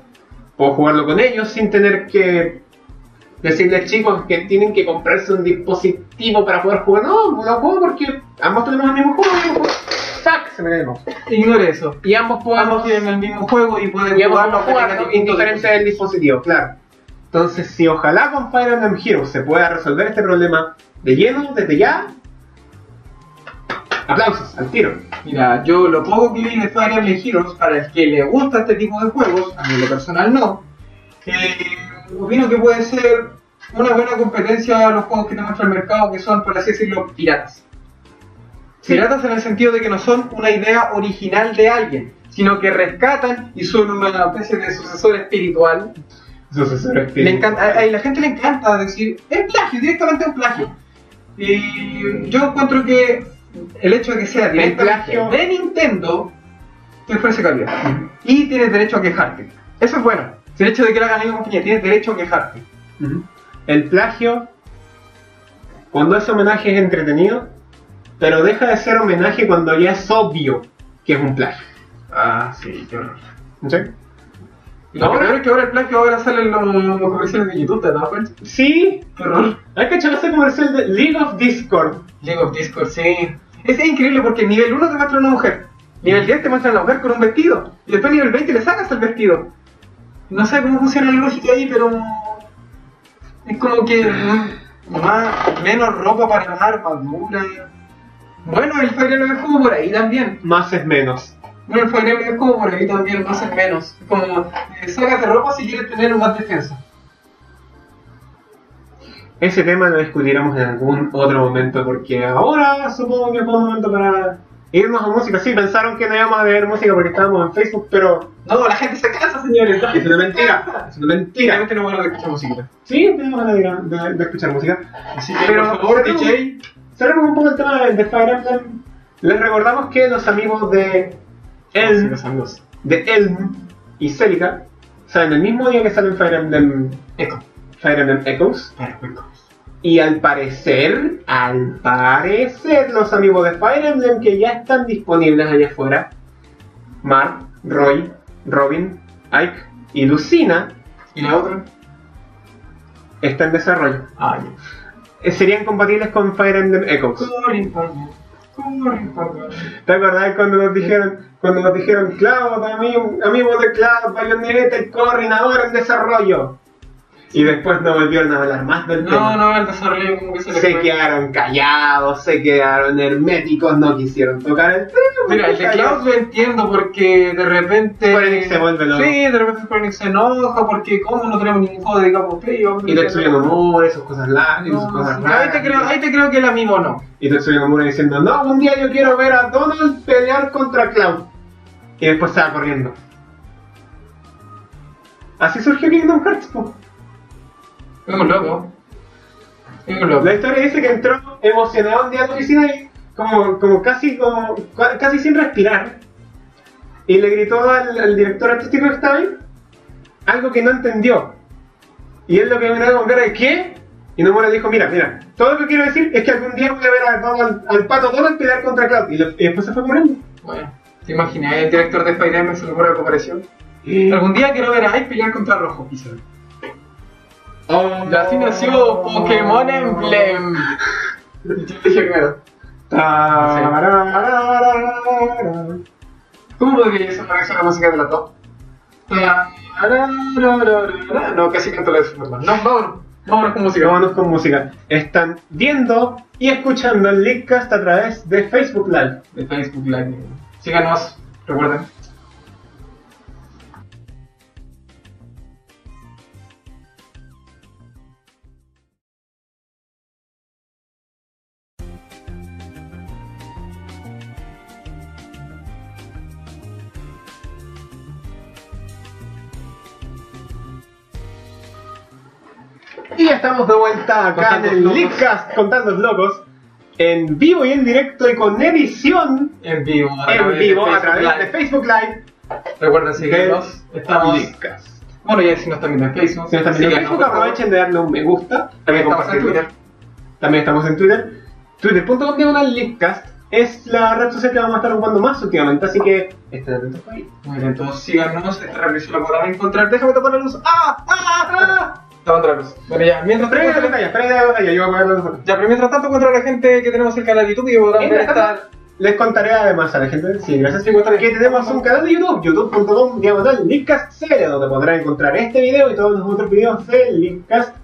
[SPEAKER 1] Puedo jugarlo con ellos sin tener que decirles, chicos, que tienen que comprarse un dispositivo para poder jugar. No, lo juego porque ambos tenemos el mismo juego. el mismo juego. ¡Tac! Se me cae el mouse.
[SPEAKER 3] Ignore eso.
[SPEAKER 1] Y ambos podemos
[SPEAKER 3] Ambos tienen el mismo juego y pueden
[SPEAKER 1] y vamos a
[SPEAKER 3] jugarlo
[SPEAKER 1] jugarlo indiferente del dispositivo, claro. Entonces, si ojalá con Fire Emblem Heroes se pueda resolver este problema de lleno, desde ya, aplausos, al tiro.
[SPEAKER 3] Mira, yo lo poco que vi de Fire Emblem Heroes, para el que le gusta este tipo de juegos, a mí en lo personal no, eh, opino que puede ser una buena competencia a los juegos que te muestra el mercado, que son, por así decirlo, piratas.
[SPEAKER 1] Sí.
[SPEAKER 3] Piratas en el sentido de que no son una idea original de alguien, sino que rescatan y son una especie de sucesor espiritual.
[SPEAKER 1] Sucesor
[SPEAKER 3] Le encanta, a, a la gente le encanta decir, es plagio, directamente es un plagio. Y yo encuentro que el hecho de que sea directamente
[SPEAKER 1] plagio.
[SPEAKER 3] de Nintendo te ofrece calidad. Y tienes derecho a quejarte. Eso es bueno. El hecho de que lo hagan la misma compañía, tienes derecho a quejarte.
[SPEAKER 1] Ujú. El plagio, cuando es homenaje es entretenido, pero deja de ser homenaje cuando ya es obvio que es un plagio.
[SPEAKER 3] Ah, sí, qué horror.
[SPEAKER 1] ¿Sí?
[SPEAKER 3] Lo
[SPEAKER 1] Ahora-
[SPEAKER 3] peor es que ahora el plagio ahora sale en los, los comerciales de YouTube, ¿te das cuenta?
[SPEAKER 1] Sí,
[SPEAKER 3] Qué horror.
[SPEAKER 1] hay que echar ese comercial de League of Discord.
[SPEAKER 3] League of Discord, sí. Es increíble porque en nivel 1 te muestran una mujer. Nivel 10 te muestran a la mujer con un vestido. Y después en nivel 20 le sacas el vestido. No sé cómo funciona la lógica ahí, pero... Es como que... mm, Más, menos ropa para ganar, armadura. Bueno, el Fire Emblem es como por ahí también.
[SPEAKER 1] Más es menos.
[SPEAKER 3] Bueno, el Fire Emblem es como por ahí también, más es menos. Es Como, eh, sácate ropa si quieres tener más defensa.
[SPEAKER 1] Ese tema lo discutiremos en algún otro momento, porque ahora supongo que es buen momento para irnos a música. Sí, pensaron que no íbamos a ver música porque estábamos en Facebook, pero
[SPEAKER 3] No, la gente se cansa, señores. La
[SPEAKER 1] es
[SPEAKER 3] gente
[SPEAKER 1] una
[SPEAKER 3] se
[SPEAKER 1] mentira.
[SPEAKER 3] cansa.
[SPEAKER 1] Es una
[SPEAKER 3] La
[SPEAKER 1] mentira.
[SPEAKER 3] gente no bueno de escuchar música.
[SPEAKER 1] Sí, tenemos ganas de, ir a- de- de escuchar música.
[SPEAKER 3] Así
[SPEAKER 1] que, por favor,
[SPEAKER 3] por favor, DJ,
[SPEAKER 1] Cerramos un poco el tema de, de Fire Emblem. Les recordamos que los amigos de Elm,
[SPEAKER 3] amigos.
[SPEAKER 1] de Elm y Celica salen el mismo día que salen Fire Emblem,
[SPEAKER 3] Eco.
[SPEAKER 1] Fire Emblem Echoes.
[SPEAKER 3] Perfecto.
[SPEAKER 1] Y al parecer, al parecer, los amigos de Fire Emblem que ya están disponibles allá afuera, Mark, Roy, Robin, Ike y Lucina,
[SPEAKER 3] ¿Y la otra?
[SPEAKER 1] está en desarrollo.
[SPEAKER 3] Ah,
[SPEAKER 1] Eh, Serían compatibles con Fire Emblem Echoes.
[SPEAKER 3] Corre, por favor. Corre, por favor.
[SPEAKER 1] ¿Te acordás cuando nos dijeron, cuando nos dijeron, Cloud, amigo, amigos de Cloud, Bayonetta y Corrin ahora en desarrollo? Y después no volvieron a hablar más del tema.
[SPEAKER 3] No, no, el desarrollo como que se le
[SPEAKER 1] se
[SPEAKER 3] fue.
[SPEAKER 1] quedaron callados, se quedaron herméticos, no quisieron tocar el tema.
[SPEAKER 3] Mira, el de Cloud lo entiendo porque de repente.
[SPEAKER 1] Square Enix se vuelve loco.
[SPEAKER 3] Sí, de repente Square Enix se enoja porque, ¿cómo no tenemos ningún juego dedicado a cosplay? Vamos a
[SPEAKER 1] Y
[SPEAKER 3] meter-
[SPEAKER 1] Tetsuya Nomura y sus cosas largas, y
[SPEAKER 3] No,
[SPEAKER 1] sus cosas
[SPEAKER 3] sí,
[SPEAKER 1] raras.
[SPEAKER 3] ahí, te creo, ahí te creo que la mimo no.
[SPEAKER 1] Y Tetsuya Nomura diciendo, no, un día yo quiero ver a Donald pelear contra Cloud. Y después se va corriendo. Así surgió Kingdom Hearts, po.
[SPEAKER 3] Es un loco. Es un loco.
[SPEAKER 1] La historia dice que entró emocionado un día a la oficina y como, como casi como cua- casi sin respirar. Y le gritó al, al director artístico que estaba ahí algo que no entendió. Y él lo que miraba con cara de ¿qué? Y Nomura dijo, mira, mira, todo lo que quiero decir es que algún día voy a ver a Donald- al pato Donald pelear contra Cloud. Y, lo- y después se fue corriendo.
[SPEAKER 3] Bueno, te imaginas, el director de Spider-Man se le ocurre la comparación. Algún día quiero ver a Ice pelear contra Rojo, quizás.
[SPEAKER 1] Oh,
[SPEAKER 3] Y así nació Pokémon Emblem. Y yo dije, claro,
[SPEAKER 1] Tarararararara.
[SPEAKER 3] ¿cómo podría ser la la música de la top? Tarararararara. No, casi canto la de Superman. No, vámonos. Vámonos con música.
[SPEAKER 1] Vámonos con música. Están viendo y escuchando el Leadcast a través de Facebook Live.
[SPEAKER 3] De Facebook Live. Síganos, recuerden.
[SPEAKER 1] Y ya estamos de vuelta acá en
[SPEAKER 3] Contando
[SPEAKER 1] el
[SPEAKER 3] locos.
[SPEAKER 1] Leadcast contando locos. En vivo y en directo y con edición
[SPEAKER 3] En vivo. a
[SPEAKER 1] en
[SPEAKER 3] través
[SPEAKER 1] vivo
[SPEAKER 3] de
[SPEAKER 1] a
[SPEAKER 3] Facebook
[SPEAKER 1] través
[SPEAKER 3] Live.
[SPEAKER 1] de Facebook Live.
[SPEAKER 3] Recuerden
[SPEAKER 1] del
[SPEAKER 3] seguirnos. Estamos.
[SPEAKER 1] Leadcast.
[SPEAKER 3] Bueno, ya si no están viendo en Facebook.
[SPEAKER 1] Si no están viendo en Facebook,
[SPEAKER 3] síganos, por favor.
[SPEAKER 1] aprovechen de darle un me gusta.
[SPEAKER 3] También
[SPEAKER 1] de
[SPEAKER 3] estamos en
[SPEAKER 1] compartirlo.
[SPEAKER 3] Twitter.
[SPEAKER 1] También estamos en Twitter. Twitter.com diagonal Leadcast es la red social que vamos a estar ocupando más últimamente, así que estén atentos por ahí.
[SPEAKER 3] Muy bien, entonces síganos. Esta revisión la podrán encontrar. Déjame tapar la luz. ¡Ah! ¡Ah! ¡Ah! Tapando la luz. Bueno, ya. Mientras
[SPEAKER 1] Previa de
[SPEAKER 3] tanto,
[SPEAKER 1] la batalla, previa de la batalla, yo voy a pagar los botones.
[SPEAKER 3] ya, pero mientras tanto, contra la gente que tenemos el canal de YouTube y podrán ver esta.
[SPEAKER 1] Les contaré además a la gente, sí, gracias por contar que tenemos un canal de YouTube, youtube.com diagonal LeadcastCL, donde podrán encontrar este video y todos los otros videos del Leadcast.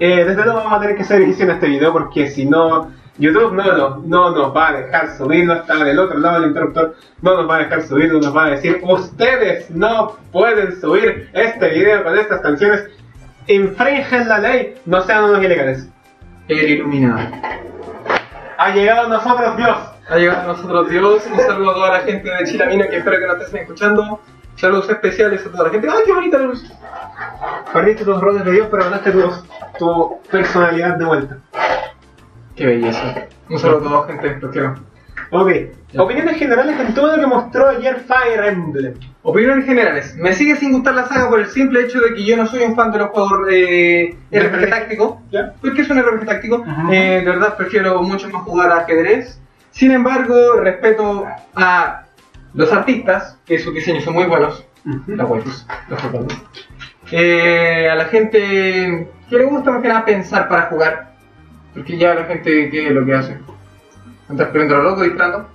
[SPEAKER 1] Eh, desde luego vamos a tener que hacer edición a este video porque si no, YouTube no, no, no nos va a dejar subirlo, está del otro lado del interruptor, no nos va a dejar subirlo, nos va a decir, ustedes no pueden subir este video con estas canciones, infringen la ley, no sean unos ilegales.
[SPEAKER 3] El iluminado.
[SPEAKER 1] Ha llegado a nosotros Dios.
[SPEAKER 3] Ha llegado a nosotros Dios. Un saludo a toda la gente de Chilamino que espero que nos estén escuchando. Saludos especiales a toda la gente. ¡Ay, qué bonita la luz!
[SPEAKER 1] Perdiste tus roles de Dios, pero ganaste tu, tu personalidad de vuelta.
[SPEAKER 3] ¡Qué belleza! Un saludo a toda la gente. Los quiero.
[SPEAKER 1] Ok,
[SPEAKER 3] Ya.
[SPEAKER 1] opiniones generales en todo lo que mostró ayer Fire Emblem.
[SPEAKER 3] Opiniones generales. Me sigue sin gustar la saga por el simple hecho de que yo no soy un fan de los juegos eh, RPG táctico.
[SPEAKER 1] ¿Ya?
[SPEAKER 3] Porque es un RPG táctico.
[SPEAKER 1] Ajá.
[SPEAKER 3] Eh, de verdad prefiero mucho más jugar a ajedrez. Sin embargo, respeto a los artistas, que sus diseños son muy buenos. Los buenos, los jugadores. Eh, a la gente que le gusta más que nada pensar para jugar. Porque ya la gente que lo que hace. Andas poniendo lo loco disparando.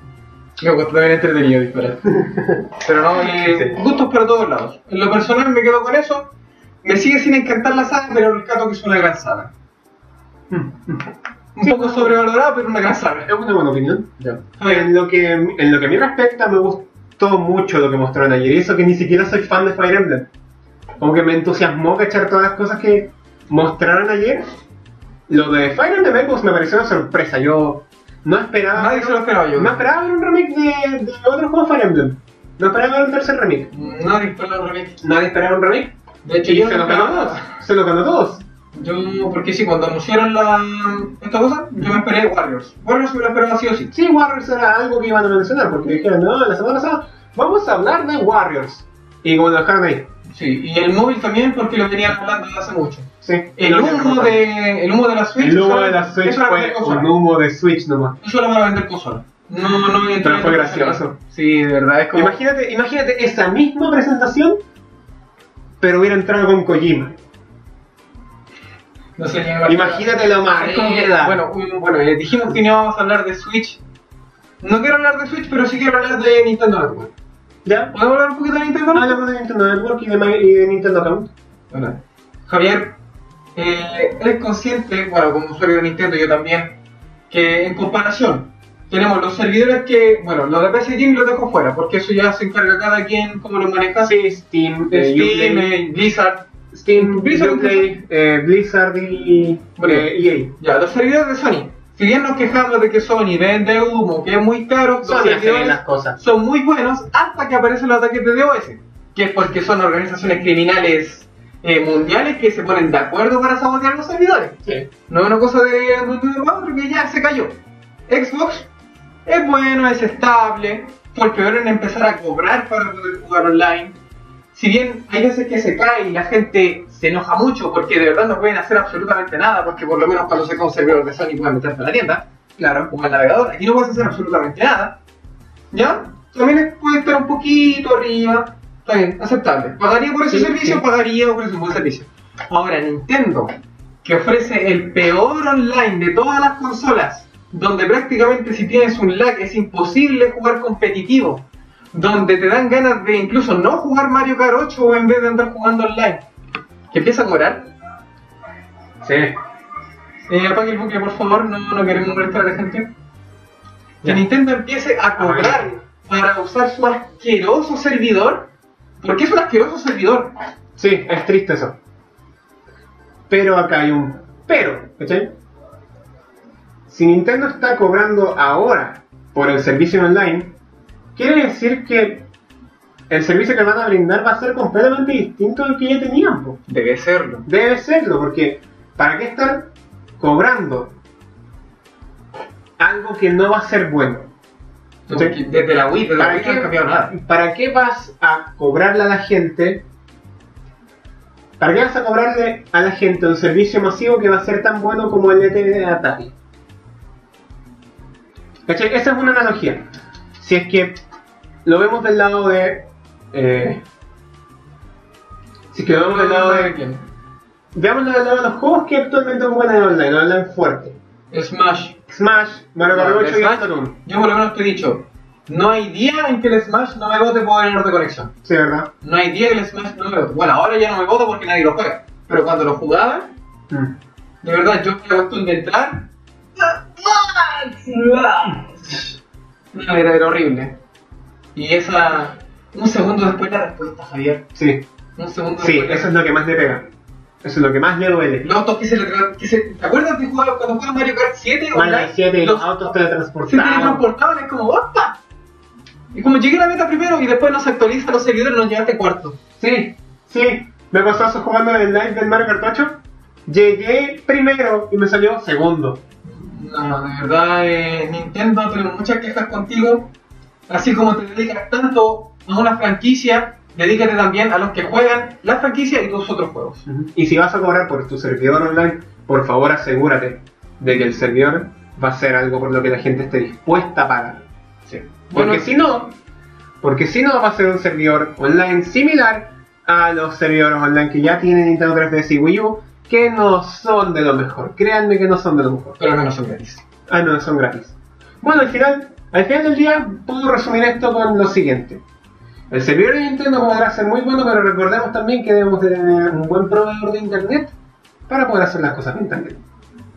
[SPEAKER 3] Me gusta también entretenido disparar. Pero no, eh, gustos para todos lados. En lo personal me quedo con eso. Me sigue sin encantar la saga, pero rescato que es una gran saga. Un
[SPEAKER 1] pues.
[SPEAKER 3] poco sobrevalorada, pero una gran saga.
[SPEAKER 1] Es una buena opinión.
[SPEAKER 3] Ya.
[SPEAKER 1] En lo, que, en lo que a mí respecta, me gustó mucho lo que mostraron ayer. Y eso que ni siquiera soy fan de Fire Emblem. Como que me entusiasmó cachar todas las cosas que mostraron ayer. Lo de Fire Emblem Echoes me pareció una sorpresa. Yo no esperaba.
[SPEAKER 3] Nadie se lo esperaba yo.
[SPEAKER 1] No esperaba ver un remake de, de otro juego Fire Emblem. No esperaba ver un tercer remake.
[SPEAKER 3] Nadie fue la remix.
[SPEAKER 1] Nadie esperaba un remake.
[SPEAKER 3] De hecho,
[SPEAKER 1] Y
[SPEAKER 3] yo
[SPEAKER 1] se
[SPEAKER 3] no
[SPEAKER 1] lo ganó
[SPEAKER 3] esperaba-
[SPEAKER 1] todos. Se lo ganó todos.
[SPEAKER 3] Yo, porque sí, cuando anunciaron la, esta cosa, yo me esperé Warriors. Warriors me lo esperaba sí o sí.
[SPEAKER 1] Sí, Warriors era algo que iban a mencionar, porque dijeron, no, la semana pasada vamos a hablar de Warriors. Y como lo dejaron ahí.
[SPEAKER 3] Sí, y el móvil también porque lo venían hablando desde hace mucho.
[SPEAKER 1] Sí.
[SPEAKER 3] El
[SPEAKER 1] No,
[SPEAKER 3] humo
[SPEAKER 1] no,
[SPEAKER 3] de, el humo de la Switch.
[SPEAKER 1] El humo
[SPEAKER 3] solo-
[SPEAKER 1] de la Switch
[SPEAKER 3] eso era
[SPEAKER 1] fue
[SPEAKER 3] vender consola.
[SPEAKER 1] un humo de Switch nomás.
[SPEAKER 3] Eso lo van a vender consola. No, no, no.
[SPEAKER 1] Pero fue gracioso.
[SPEAKER 3] Sí, de verdad, es como...
[SPEAKER 1] Imagínate, imagínate esa misma presentación, pero hubiera entrado con Kojima.
[SPEAKER 3] No sé,
[SPEAKER 1] Imagínate la
[SPEAKER 3] Es como que-
[SPEAKER 1] marca.
[SPEAKER 3] Bueno, un- bueno eh, dijimos que no íbamos a hablar de Switch. No quiero hablar de Switch, pero sí quiero hablar de Nintendo Network.
[SPEAKER 1] ya.
[SPEAKER 3] ¿Podemos hablar un poquito de Nintendo Network?
[SPEAKER 1] Hablamos de Nintendo Network y de, Ma- y de Nintendo Account.
[SPEAKER 3] Hola. Javier, eh, es consciente, bueno, como usuario de Nintendo yo también, que en comparación tenemos los servidores que, bueno, los de PC Team los dejo fuera, porque eso ya se encarga cada quien cómo lo maneja.
[SPEAKER 1] Sí, Steam, eh,
[SPEAKER 3] Steam,
[SPEAKER 1] Uplay,
[SPEAKER 3] eh, Blizzard,
[SPEAKER 1] Steam,
[SPEAKER 3] Blizzard,
[SPEAKER 1] Uplay, eh, Blizzard y
[SPEAKER 3] Bueno.
[SPEAKER 1] eh, EA.
[SPEAKER 3] ya, los servidores de Sony. Si bien nos quejamos de que Sony vende humo, que es muy caro, los
[SPEAKER 1] Sony hace bien
[SPEAKER 3] servidores
[SPEAKER 1] las cosas.
[SPEAKER 3] son muy buenos hasta que aparecen los ataques de DOS, que es porque son organizaciones criminales eh, mundiales que se ponen de acuerdo para sabotear los servidores.
[SPEAKER 1] Sí.
[SPEAKER 3] No es una cosa de de otro que ya se cayó. Xbox es bueno, es estable, fue el peor en empezar a cobrar para poder jugar online. Si bien hay veces que se cae y la gente se enoja mucho porque de verdad no pueden hacer absolutamente nada, porque por lo menos cuando se cae un servidor de Sony pueden meterse a la tienda,
[SPEAKER 1] Claro.
[SPEAKER 3] o al navegador, aquí no puedes hacer absolutamente nada. ¿Ya? También es- puede estar un poquito arriba, está bien, aceptable. Pagaría por ese
[SPEAKER 1] Sí,
[SPEAKER 3] servicio,
[SPEAKER 1] sí.
[SPEAKER 3] pagaría por ese buen servicio. Ahora, Nintendo, que ofrece el peor online de todas las consolas, donde prácticamente si tienes un lag es imposible jugar competitivo, donde te dan ganas de incluso no jugar Mario Kart 8 en vez de andar jugando online, que empieza a cobrar.
[SPEAKER 1] Sí.
[SPEAKER 3] Eh, apague el bucle, por favor, no, no queremos molestar a la gente. Que
[SPEAKER 1] Ya.
[SPEAKER 3] Nintendo empiece a cobrar para usar su asqueroso servidor. Porque es un asqueroso servidor.
[SPEAKER 1] Sí, es triste eso. Pero acá hay un pero, ¿cachai? Si Nintendo está cobrando ahora por el servicio online, quiere decir que el servicio que van a brindar va a ser completamente distinto al que ya tenían. po.
[SPEAKER 3] Debe serlo.
[SPEAKER 1] Debe serlo, porque ¿para qué estar cobrando algo que no va a ser bueno?
[SPEAKER 3] Porque Desde la Wii, desde la
[SPEAKER 1] ¿Para
[SPEAKER 3] Wii no han cambiado nada.
[SPEAKER 1] qué, ¿Para qué vas a cobrarle a la gente? ¿Para qué vas a cobrarle a la gente un servicio masivo que va a ser tan bueno como el ETV de Atari? ¿Cachai? Esa es una analogía. Si es que lo vemos del lado de. eh, si es que lo vemos del lado de. Veámoslo del lado de los juegos que actualmente ocupan el online, el online fuerte.
[SPEAKER 3] Smash.
[SPEAKER 1] Smash, Mario Kart
[SPEAKER 3] Ya,
[SPEAKER 1] 8 y
[SPEAKER 3] Smash,
[SPEAKER 1] Saturn.
[SPEAKER 3] Yo por lo menos te he dicho, no hay día en que el Smash no me vote por error de conexión.
[SPEAKER 1] Sí, ¿verdad?
[SPEAKER 3] No hay día que el Smash no me vote. Bueno, ahora ya no me voto porque nadie lo juega. Pero cuando lo jugaba,
[SPEAKER 1] Mm.
[SPEAKER 3] De verdad, yo me acostumbré de entrar. No, era, era horrible. Y esa. Un segundo después la respuesta, Javier.
[SPEAKER 1] Sí.
[SPEAKER 3] Un segundo
[SPEAKER 1] Sí,
[SPEAKER 3] después.
[SPEAKER 1] eso es lo que más le pega. Eso es lo que más le duele.
[SPEAKER 3] Los autos que se le tra- que se- ¿Te acuerdas que jugaba, cuando jugaba Mario Kart 7
[SPEAKER 1] Más
[SPEAKER 3] online?
[SPEAKER 1] las 7 y los
[SPEAKER 3] los
[SPEAKER 1] autos
[SPEAKER 3] se
[SPEAKER 1] teletransportados.
[SPEAKER 3] teletransportaban, es como ¡opa! Y como llegué a la meta primero y después nos actualiza los servidores, nos llevaste cuarto.
[SPEAKER 1] Sí, sí. Me pasó eso jugando en el live del Mario Kart 8. Llegué primero y me salió segundo.
[SPEAKER 3] No, de verdad, eh, Nintendo, tenemos muchas quejas contigo. Así como te dedicas tanto a una franquicia, dedícate también a los que juegan la franquicia y tus otros juegos.
[SPEAKER 1] Y si vas a cobrar por tu servidor online, por favor asegúrate de que el servidor va a ser algo por lo que la gente esté dispuesta a pagar. Porque
[SPEAKER 3] Bueno,
[SPEAKER 1] si no, porque si no va a ser un servidor online similar a los servidores online que ya tienen Nintendo 3DS y Wii U, que no son de lo mejor. Créanme que no son de lo mejor.
[SPEAKER 3] pero al menos son gratis.
[SPEAKER 1] Ah, no, son gratis. Bueno, al final, al final del día puedo resumir esto con lo siguiente. El servidor de Nintendo podrá ser muy bueno, pero recordemos también que debemos de tener un buen proveedor de internet para poder hacer las cosas en internet.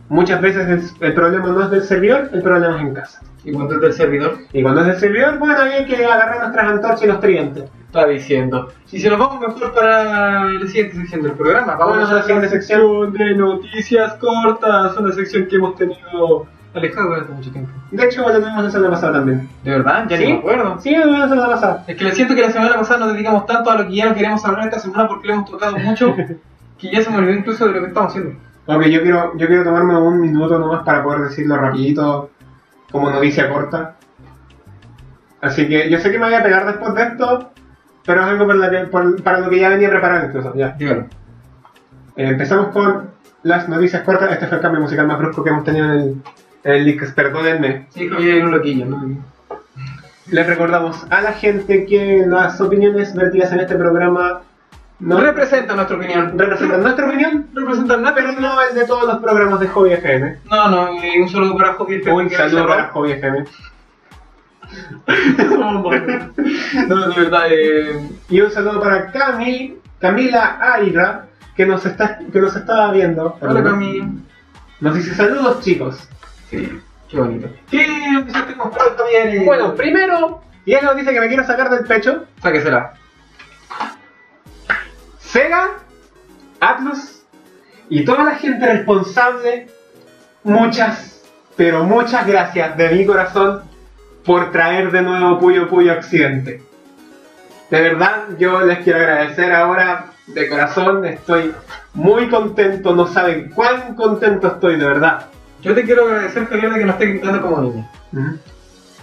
[SPEAKER 1] Muchas veces el, el problema no es del servidor, el problema es en casa.
[SPEAKER 3] ¿Y cuánto es del servidor?
[SPEAKER 1] Y cuando es del servidor, bueno, hay que agarrar nuestras antorchas y los tridentes.
[SPEAKER 3] Está diciendo. Y si nos vamos mejor para la siguiente sección del programa,
[SPEAKER 1] Vámonos a la siguiente sección
[SPEAKER 3] de noticias cortas, una sección que hemos tenido alejado durante mucho tiempo.
[SPEAKER 1] De hecho, lo tuvimos la semana pasada también.
[SPEAKER 3] ¿De verdad? Ya
[SPEAKER 1] ¿Sí?
[SPEAKER 3] ni me acuerdo.
[SPEAKER 1] Sí, lo tuvimos la semana pasada.
[SPEAKER 3] Es que le siento que la semana pasada nos dedicamos tanto a lo que ya no queremos hablar esta semana porque lo hemos tocado mucho que ya se me olvidó incluso de lo que estamos haciendo.
[SPEAKER 1] Ok, yo quiero, yo quiero tomarme un minuto nomás para poder decirlo rapidito, como noticia corta. Así que yo sé que me voy a pegar después de esto, pero es algo para, la que- por- para lo que ya venía preparado incluso. Ya.
[SPEAKER 3] Dígalo.
[SPEAKER 1] Eh, empezamos con las noticias cortas. Este fue el cambio musical más brusco que hemos tenido en el, en el Leaks, perdónenme.
[SPEAKER 3] Sí, Javier era un loquillo, ¿no?
[SPEAKER 1] Les recordamos a la gente que las opiniones vertidas en este programa no
[SPEAKER 3] No representa nuestra opinión.
[SPEAKER 1] representan nuestra opinión,
[SPEAKER 3] Representan nada,
[SPEAKER 1] pero no el de todos los programas de Hobby FM.
[SPEAKER 3] No, no, eh, un saludo para Javier.
[SPEAKER 1] Un saludo para Hobby FM.
[SPEAKER 3] No, de eh, verdad, eh,
[SPEAKER 1] Y un saludo para Cami, Camila Aira, que nos está, que nos está viendo.
[SPEAKER 3] Hola, Cami.
[SPEAKER 1] Nos dice saludos chicos.
[SPEAKER 3] Sí, qué bonito. Sí, empezaste con Fran también. eh.
[SPEAKER 1] Bueno, primero, y él nos dice que me quiero sacar del pecho.
[SPEAKER 3] sáquesela.
[SPEAKER 1] Sega, Atlus y toda la gente responsable, muchas, pero muchas gracias de mi corazón por traer de nuevo Puyo Puyo Occidente. De verdad, yo les quiero agradecer ahora de corazón, estoy muy contento, no saben cuán contento estoy, de verdad.
[SPEAKER 3] Yo te quiero agradecer, Javier, de que no estés gritando como niño.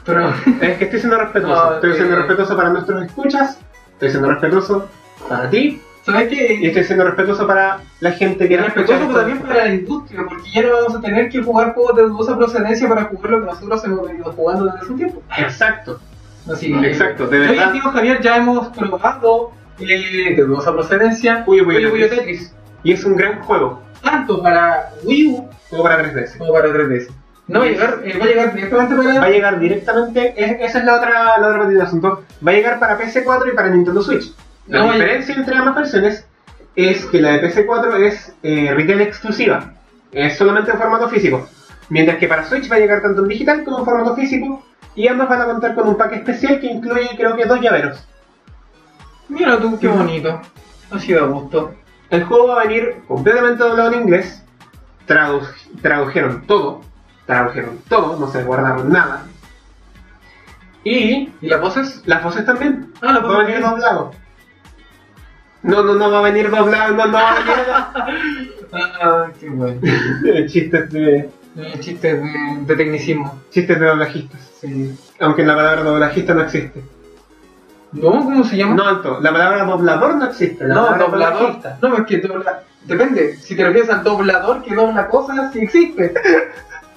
[SPEAKER 3] Pero.
[SPEAKER 1] Es que estoy siendo respetuoso,
[SPEAKER 3] No,
[SPEAKER 1] estoy
[SPEAKER 3] eh.
[SPEAKER 1] siendo respetuoso para nuestros escuchas, estoy siendo respetuoso para ti
[SPEAKER 3] ¿Sabes
[SPEAKER 1] y
[SPEAKER 3] qué?
[SPEAKER 1] estoy siendo respetuoso para la gente que
[SPEAKER 3] Y
[SPEAKER 1] nos
[SPEAKER 3] respetuoso
[SPEAKER 1] escucha.
[SPEAKER 3] también para la industria, porque ya no vamos a tener que jugar juegos de dudosa procedencia para jugar lo que nosotros hemos venido jugando desde hace un tiempo.
[SPEAKER 1] Exacto.
[SPEAKER 3] Así que-
[SPEAKER 1] Exacto, de
[SPEAKER 3] Yo y
[SPEAKER 1] verdad.
[SPEAKER 3] el tío Javier ya hemos probado eh, de dudosa procedencia
[SPEAKER 1] Puyo Puyo
[SPEAKER 3] Puyo Puyo
[SPEAKER 1] Tetris.
[SPEAKER 3] Tetris,
[SPEAKER 1] Y es un gran juego,
[SPEAKER 3] tanto para Wii U
[SPEAKER 1] como para 3DS.
[SPEAKER 3] como para 3DS. No va a llegar, eh, va a llegar directamente para.
[SPEAKER 1] Va a llegar directamente, es- esa es la otra, la otra parte del asunto, va a llegar para PC4 y para Nintendo Switch. La
[SPEAKER 3] No va a
[SPEAKER 1] diferencia entre ambas versiones es que la de PC4 es eh, retail exclusiva, es solamente en formato físico, mientras que para Switch va a llegar tanto en digital como en formato físico, y ambas van a contar con un pack especial que incluye creo que dos llaveros.
[SPEAKER 3] Mira tú, qué bonito. Ha sido a gusto.
[SPEAKER 1] El juego va a venir completamente doblado en inglés. Tradu- tradujeron todo. Tradujeron todo, no se guardaron nada. Y
[SPEAKER 3] ¿Y las voces?
[SPEAKER 1] las voces también.
[SPEAKER 3] Ah, las
[SPEAKER 1] Va a
[SPEAKER 3] voces.
[SPEAKER 1] venir doblado. No, no, no va a venir doblado, no, no va a venir
[SPEAKER 3] Ah, qué bueno.
[SPEAKER 1] doblado. chistes de.
[SPEAKER 3] Eh, Chistes de, de tecnicismo.
[SPEAKER 1] chistes de doblajistas.
[SPEAKER 3] Sí.
[SPEAKER 1] Aunque la palabra doblajista no existe.
[SPEAKER 3] ¿No? ¿Cómo se llama?
[SPEAKER 1] No, Anto, la palabra doblador no existe. la
[SPEAKER 3] No,
[SPEAKER 1] palabra
[SPEAKER 3] doblador.
[SPEAKER 1] doblajista.
[SPEAKER 3] No, es que dobla. Depende. Si te refieres al doblador que dobla cosas, sí existe.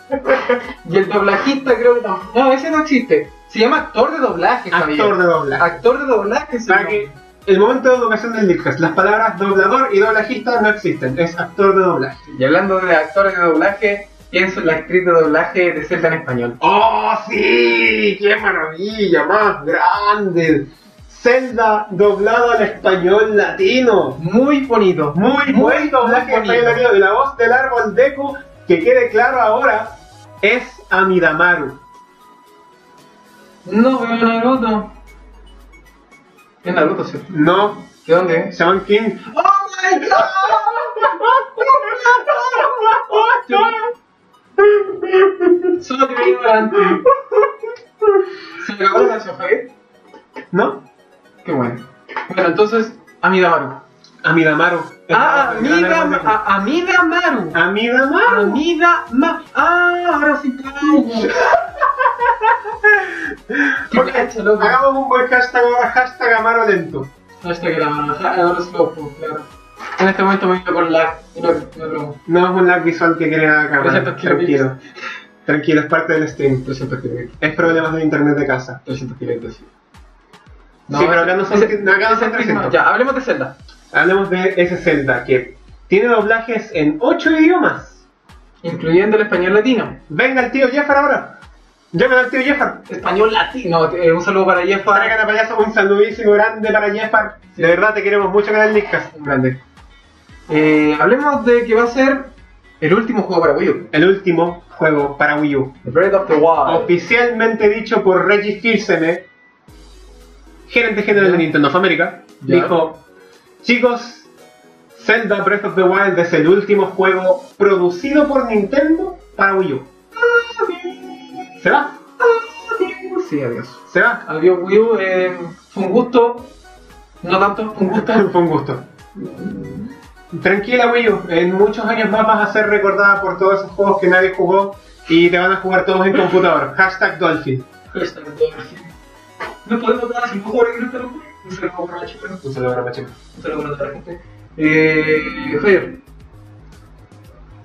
[SPEAKER 3] y el doblajista creo que no. No, ese no existe. Se llama actor de doblaje, Javier.
[SPEAKER 1] Actor de doblaje.
[SPEAKER 3] Actor de doblaje, sí.
[SPEAKER 1] Para que el momento de educación del Litcast, las palabras doblador y doblajista no existen, es actor de doblaje.
[SPEAKER 3] Y hablando de actores de doblaje, pienso en la actriz de doblaje de Zelda en español.
[SPEAKER 1] ¡Oh, sí! ¡Qué maravilla más grande! Zelda doblado al español latino.
[SPEAKER 3] Muy bonito.
[SPEAKER 1] Muy,
[SPEAKER 3] Muy
[SPEAKER 1] buen doblaje al
[SPEAKER 3] bonito.
[SPEAKER 1] español latino. Y La voz del árbol Deku, que quede claro ahora, es Amidamaru.
[SPEAKER 3] No veo Naruto. Es Naruto, ¿cierto?
[SPEAKER 1] No,
[SPEAKER 3] ¿De dónde es?
[SPEAKER 1] Shaman King.
[SPEAKER 3] ¡Oh my god! Solo te veía ignorante. ¿Se me acabó la canción, Javier?
[SPEAKER 1] ¿No?
[SPEAKER 3] Qué bueno. Bueno, entonces, Amidamaru.
[SPEAKER 1] Amidamaru.
[SPEAKER 3] Ah, Amida,
[SPEAKER 1] Amidamaru. Ah,
[SPEAKER 3] a- Amida Maru.
[SPEAKER 1] Amidamaru.
[SPEAKER 3] Amida Ma. Ah, ahora sí caigo. Qué gacha, loco.
[SPEAKER 1] Hagamos un buen hashtag ahora, hashtag Amaro Lento.
[SPEAKER 3] Hashtag la naranja, ahora sí lo puedo, claro. En este momento me vino con la. y no, no, no.
[SPEAKER 1] No es un lag visual que quiere la cámara.
[SPEAKER 3] Presenta Kirby.
[SPEAKER 1] Tranquilo. Tranquilo, es parte del stream.
[SPEAKER 3] 300 kilómetros.
[SPEAKER 1] Es problemas del internet de casa.
[SPEAKER 3] 300 kilómetros, sí.
[SPEAKER 1] sí, pero acá no son,
[SPEAKER 3] ese-
[SPEAKER 1] acá no
[SPEAKER 3] ese
[SPEAKER 1] son
[SPEAKER 3] es el
[SPEAKER 1] 300.
[SPEAKER 3] Ya, hablemos de Zelda.
[SPEAKER 1] Hablemos de ese Zelda que tiene doblajes en 8 idiomas.
[SPEAKER 3] Incluyendo el español latino.
[SPEAKER 1] Venga el tío Jeffar ahora. Llamen al tío Jeffar.
[SPEAKER 3] Español latino. eh, un saludo para Jefa.
[SPEAKER 1] Tráigate payaso un saludísimo grande para Jeffar. De verdad te queremos mucho que el Lickas.
[SPEAKER 3] Un grande. Eh, hablemos de que va a ser el último juego para Wii U.
[SPEAKER 1] El último juego para Wii U.
[SPEAKER 3] The Breath of the Wild.
[SPEAKER 1] Oficialmente dicho por Reggie Fils-Aimé, gerente general de
[SPEAKER 3] Ya.
[SPEAKER 1] Nintendo of America,
[SPEAKER 3] Ya.
[SPEAKER 1] dijo: Chicos, Zelda Breath of the Wild es el último juego producido por Nintendo para Wii U. Se va,
[SPEAKER 3] Sí, adiós.
[SPEAKER 1] se va.
[SPEAKER 3] Adiós, Wii U. eh, fue un gusto. No tanto, fue un gusto.
[SPEAKER 1] Fue un gusto. Tranquila, Wii U. En muchos años más vas a ser recordada por todos esos juegos que nadie jugó y te van a jugar todos en computador. Hashtag Dolphin.
[SPEAKER 3] Hashtag Dolphin. No podemos dar sin mejor en este lugar. Un saludo para la chica,
[SPEAKER 1] Un saludo para Pacheco.
[SPEAKER 3] un saludo para toda la gente. Eh, Javier,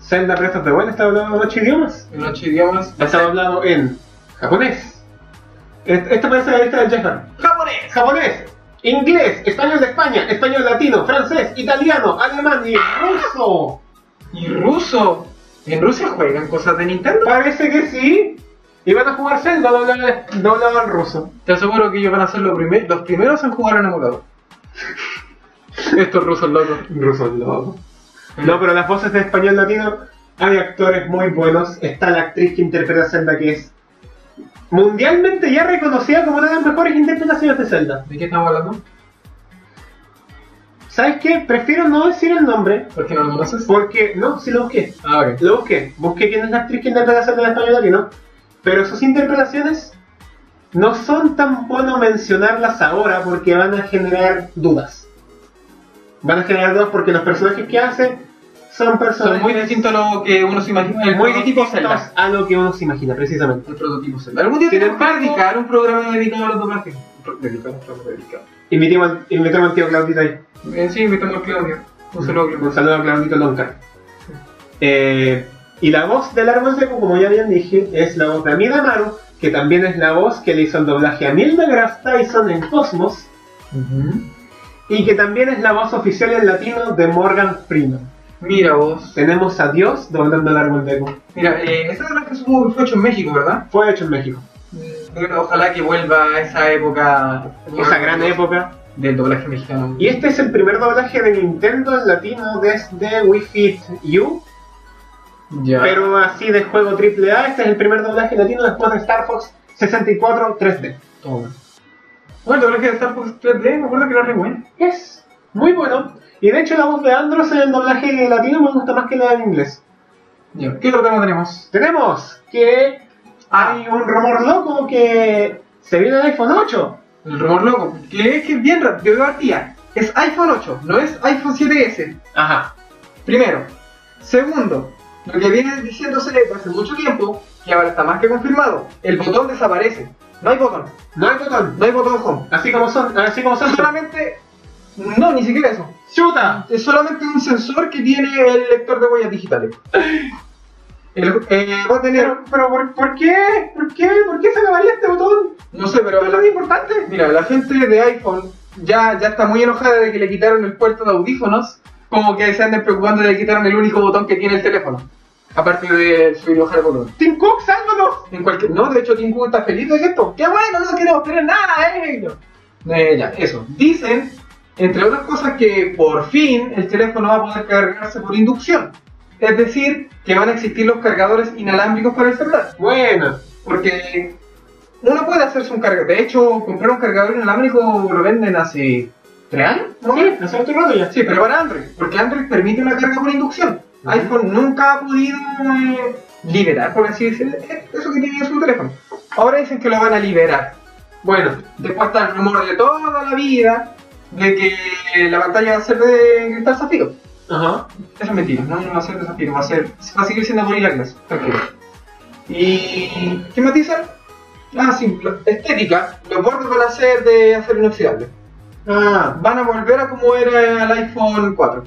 [SPEAKER 1] Zelda Breath of the Wild está hablando en 8 idiomas.
[SPEAKER 3] en ocho idiomas.
[SPEAKER 1] Está hablado en japonés. Est- Esto parece la lista de Jeffar.
[SPEAKER 3] ¡Japonés!
[SPEAKER 1] Japonés, inglés, español de España, español latino, francés, italiano, alemán y ruso.
[SPEAKER 3] ¿Y ruso? ¿En Rusia juegan cosas de Nintendo?
[SPEAKER 1] Parece que sí. Y van a jugar Zelda doblado, doblado al ruso.
[SPEAKER 3] Te aseguro que ellos van a ser los, primer- los primeros en jugar en emulador. Estos rusos locos.
[SPEAKER 1] Ruso loco. No, pero las voces de español latino, hay actores muy buenos. Está la actriz que interpreta a Zelda, que es mundialmente ya reconocida como una de las mejores interpretaciones de Zelda.
[SPEAKER 3] ¿De qué estamos hablando?
[SPEAKER 1] ¿Sabes qué? Prefiero no decir el nombre,
[SPEAKER 3] ¿Por qué no lo conoces?
[SPEAKER 1] porque no, si lo busqué.
[SPEAKER 3] Ah, ok.
[SPEAKER 1] Lo busqué, busqué quién es la actriz que interpreta a Zelda en español latino, pero sus interpretaciones no son tan bueno mencionarlas ahora porque van a generar dudas. Van a generar dudas porque los personajes que hace son
[SPEAKER 3] Son
[SPEAKER 1] personajes
[SPEAKER 3] muy distintos a lo que uno se imagina. El
[SPEAKER 1] muy
[SPEAKER 3] prototipo
[SPEAKER 1] distintos
[SPEAKER 3] Zelda.
[SPEAKER 1] a lo que uno se imagina, precisamente.
[SPEAKER 3] El prototipo Zelda. Algún día
[SPEAKER 1] Sin
[SPEAKER 3] tenemos que
[SPEAKER 1] embargo-
[SPEAKER 3] dedicar un programa dedicado a los doblajes. Pro- Dedicado, un programa dedicado.
[SPEAKER 1] Invitemos al- invitemos al tío Claudito ahí.
[SPEAKER 3] Eh, sí, invitamos a Claudio. Un saludo a
[SPEAKER 1] Un
[SPEAKER 3] Claudio.
[SPEAKER 1] saludo a Claudito Loncar. Eh, y la voz del árbol seco, como ya bien dije, es la voz de Amida Maru, que también es la voz que le hizo el doblaje a Neil deGrasse Tyson en Cosmos, y que también es la voz oficial en latino de Morgan Freeman.
[SPEAKER 3] Mira vos.
[SPEAKER 1] Tenemos a Dios doblando el árbol seco.
[SPEAKER 3] Mira, eh, ese doblaje supongo que fue hecho en México, ¿verdad? Mm,
[SPEAKER 1] Fue hecho en México.
[SPEAKER 3] Bueno, ojalá que vuelva a esa época.
[SPEAKER 1] Esa gran época.
[SPEAKER 3] Del doblaje mexicano.
[SPEAKER 1] Y este es el primer doblaje de Nintendo en latino desde Wii Fit U,
[SPEAKER 3] Ya.
[SPEAKER 1] pero así de juego AAA. Este es el primer doblaje latino después de Star Fox 64 3D.
[SPEAKER 3] Toma. Oh. Bueno, el doblaje de Star Fox 3D, me acuerdo que era re bueno.
[SPEAKER 1] Es muy bueno. Y de hecho la voz de Andros en el doblaje latino me gusta más que la en inglés.
[SPEAKER 3] Ya. ¿Qué otro tema tenemos?
[SPEAKER 1] Tenemos que
[SPEAKER 3] Ah,
[SPEAKER 1] hay un rumor loco que se viene el iPhone 8.
[SPEAKER 3] el rumor loco. Que es que es bien raro. De partida, es iPhone 8, no es iPhone 7S.
[SPEAKER 1] Ajá.
[SPEAKER 3] Primero. Segundo, lo que viene diciéndose desde hace mucho tiempo, que ahora está más que confirmado, el botón desaparece. No hay botón,
[SPEAKER 1] No hay botón.
[SPEAKER 3] no hay botón home.
[SPEAKER 1] Así como son, así como son.
[SPEAKER 3] Solamente... No, ni siquiera eso.
[SPEAKER 1] ¡Chuta!
[SPEAKER 3] Es solamente un sensor que tiene el lector de huellas digitales. El- eh, va a tener,
[SPEAKER 1] Pero, pero ¿por, por qué? ¿Por qué? ¿Por qué se acabaría este botón?
[SPEAKER 3] no sé, pero
[SPEAKER 1] ¿No
[SPEAKER 3] la,
[SPEAKER 1] es importante?
[SPEAKER 3] mira, la gente de iPhone ya, ya está muy enojada de que le quitaron el puerto de audífonos, como que se anden preocupando de que le quitaron el único botón que tiene el teléfono, aparte de subir y bajar el volumen.
[SPEAKER 1] ¡Tim Cook, sálvanos!
[SPEAKER 3] En cualquier, no, de hecho Tim Cook está feliz de esto. ¡Qué bueno! No queremos tener nada, eh. Eh, ya, eso. Dicen, entre otras cosas, que por fin el teléfono va a poder cargarse por inducción. Es decir, que van a existir los cargadores inalámbricos para el celular.
[SPEAKER 1] Bueno.
[SPEAKER 3] Porque uno puede hacerse un cargador. De hecho, comprar un cargador inalámbrico lo venden hace tres años. ¿no?
[SPEAKER 1] Sí, hace harto rato ya.
[SPEAKER 3] Sí, pero para Android, porque Android permite una carga por inducción.
[SPEAKER 1] Ujú.
[SPEAKER 3] iPhone nunca ha podido eh, liberar, por así decirlo, eh, eso que tiene en su teléfono. Ahora dicen que lo van a liberar.
[SPEAKER 1] Bueno.
[SPEAKER 3] Después está el rumor de toda la vida de que la pantalla va a ser de cristal zafiro.
[SPEAKER 1] Ajá.
[SPEAKER 3] Eso es mentira, no, no va a ser de zafiro, va a, ser, va a seguir siendo Gorilla Glass, tranquilo. ¿Y qué más dicen? Ah, sí, lo- estética. Los bordes van a ser de acero inoxidable.
[SPEAKER 1] Ah.
[SPEAKER 3] Van a volver a como era el iPhone 4.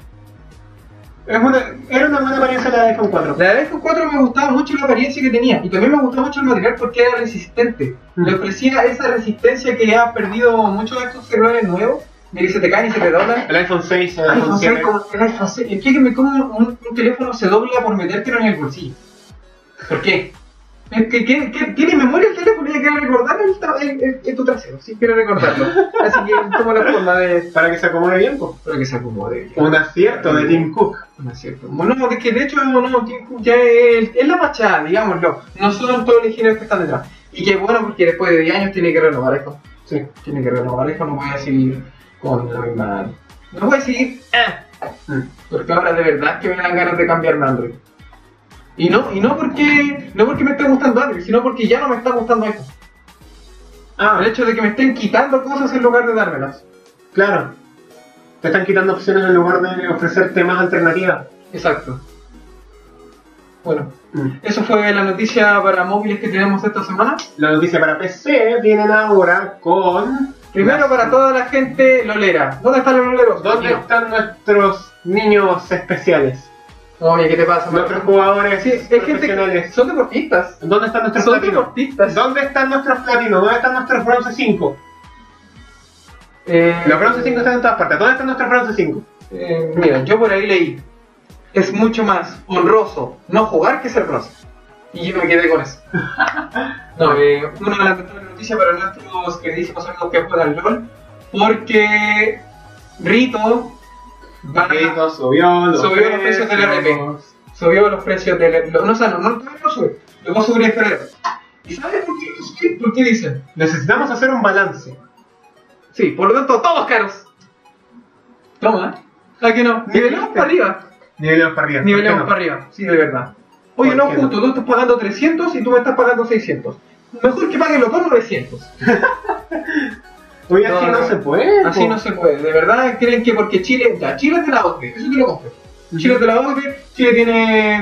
[SPEAKER 1] Es una, era una buena apariencia la de iPhone 4.
[SPEAKER 3] La del iPhone 4 me gustaba mucho la apariencia que tenía y también me gustaba mucho el material porque era resistente. Le ofrecía esa resistencia que ha perdido muchos de estos celulares nuevos, de que se te caen y se te doblan.
[SPEAKER 1] El iPhone 6, el
[SPEAKER 3] El
[SPEAKER 1] iPhone
[SPEAKER 3] iPhone 6
[SPEAKER 1] 7.
[SPEAKER 3] como el iPhone 6. Explíqueme cómo un, un teléfono se dobla por metértelo en el bolsillo. ¿Por qué? Es que, que- que tiene memoria el teléfono y ya quiere recordar el, tra- el- el- el- tu trasero, sí quiere recordarlo. Así que toma la forma de...
[SPEAKER 1] Para que se acomode bien, pues.
[SPEAKER 3] Para que se acomode.
[SPEAKER 1] Un acierto de Tim Cook.
[SPEAKER 3] No es cierto. Bueno, de que de hecho no, Tim Cook ya es, es la fachada, digámoslo. No son todos los ingenieros que están detrás. Y que bueno, porque después de 10 años tiene que renovar esto.
[SPEAKER 1] Sí.
[SPEAKER 3] Tiene que renovar esto, no voy a seguir con la misma. No voy a seguir. ah,
[SPEAKER 1] Mm.
[SPEAKER 3] Porque ahora de verdad que me dan ganas de cambiarme a Android. Y no, y no porque. No porque me esté gustando Android, sino porque ya no me está gustando esto.
[SPEAKER 1] Ah,
[SPEAKER 3] El hecho de que me estén quitando cosas en lugar de dármelas.
[SPEAKER 1] claro. Te están quitando opciones en lugar de ofrecerte más alternativas.
[SPEAKER 3] Exacto. Bueno.
[SPEAKER 1] Mm.
[SPEAKER 3] Eso fue la noticia para móviles que tenemos esta semana.
[SPEAKER 1] La noticia para PC vienen ahora con.
[SPEAKER 3] Primero para toda la gente lolera. ¿Dónde están los loleros?
[SPEAKER 1] ¿Dónde
[SPEAKER 3] Aquí
[SPEAKER 1] están nuestros niños especiales?
[SPEAKER 3] no. Oye, ¿qué te pasa?
[SPEAKER 1] Nuestros jugadores
[SPEAKER 3] Sí, es gente que
[SPEAKER 1] profesionales.
[SPEAKER 3] son deportistas.
[SPEAKER 1] ¿Dónde están nuestros
[SPEAKER 3] Son
[SPEAKER 1] platinos?
[SPEAKER 3] deportistas.
[SPEAKER 1] ¿Dónde están nuestros platinos? ¿Dónde están nuestros bronce 5?
[SPEAKER 3] Eh,
[SPEAKER 1] Los bronce 5 están en todas partes. ¿Dónde están nuestros bronce 5?
[SPEAKER 3] eh, mira, yo por ahí leí. Es mucho más honroso no jugar que ser bronce. Y yo me quedé con eso. no, eh, una lamentable noticia para nuestros queridísimos amigos que juegan LOL. Porque Rito Van a-
[SPEAKER 1] Esto subió los
[SPEAKER 3] Ah. Subió los precios del
[SPEAKER 1] precios.
[SPEAKER 3] subió los precios de los, no, o sea, no, no, todavía no sube, lo va a subir en febrero. ¿Y sabes por qué? Sí, ¿Por qué dicen?
[SPEAKER 1] Necesitamos hacer un balance.
[SPEAKER 3] Sí, por lo tanto, todos caros. Toma, ¿a que no? Nivelamos para arriba.
[SPEAKER 1] Nivelemos para arriba. ¿por qué
[SPEAKER 3] Nivelamos
[SPEAKER 1] no?
[SPEAKER 3] para arriba, sí, de verdad. Oye,
[SPEAKER 1] ¿Por
[SPEAKER 3] no,
[SPEAKER 1] qué no?
[SPEAKER 3] justo, tú estás pagando 300 y tú me estás pagando 600. Mejor que paguen los dos 900.
[SPEAKER 1] Oye, así
[SPEAKER 3] No,
[SPEAKER 1] no,
[SPEAKER 3] no.
[SPEAKER 1] se puede.
[SPEAKER 3] Así
[SPEAKER 1] po.
[SPEAKER 3] no se puede. De verdad creen que porque Chile, ya, Chile es de la OCDE, eso te lo compro. Chile es de la OCDE, Chile tiene.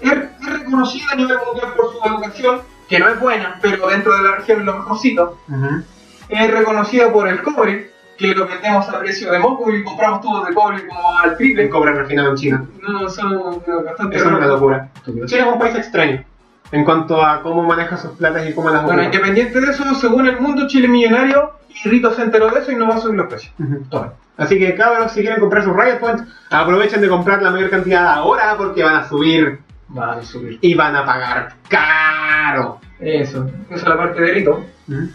[SPEAKER 3] Es, es reconocida a nivel mundial por su educación, que no es buena, pero dentro de la región es lo mejorcito.
[SPEAKER 1] Ujú.
[SPEAKER 3] Es reconocida por el cobre, que lo vendemos a precio de moco y compramos tubos de cobre como al
[SPEAKER 1] Le
[SPEAKER 3] triple.
[SPEAKER 1] cobran refinado en China.
[SPEAKER 3] No, son bastante.
[SPEAKER 1] Eso es una
[SPEAKER 3] raros.
[SPEAKER 1] locura. Chile es un país extraño en cuanto a cómo maneja sus platas y cómo las
[SPEAKER 3] Bueno,
[SPEAKER 1] ocupa.
[SPEAKER 3] independiente de eso, según el mundo, Chile es millonario y Rito se enteró de eso y no va a subir los precios.
[SPEAKER 1] Ujú.
[SPEAKER 3] Toma.
[SPEAKER 1] Así que cabros, si quieren comprar sus Riot Points, aprovechen de comprar la mayor cantidad ahora porque van a subir
[SPEAKER 3] Van a subir.
[SPEAKER 1] y van a pagar caro.
[SPEAKER 3] Eso, esa es la parte de Rito.
[SPEAKER 1] Ujú.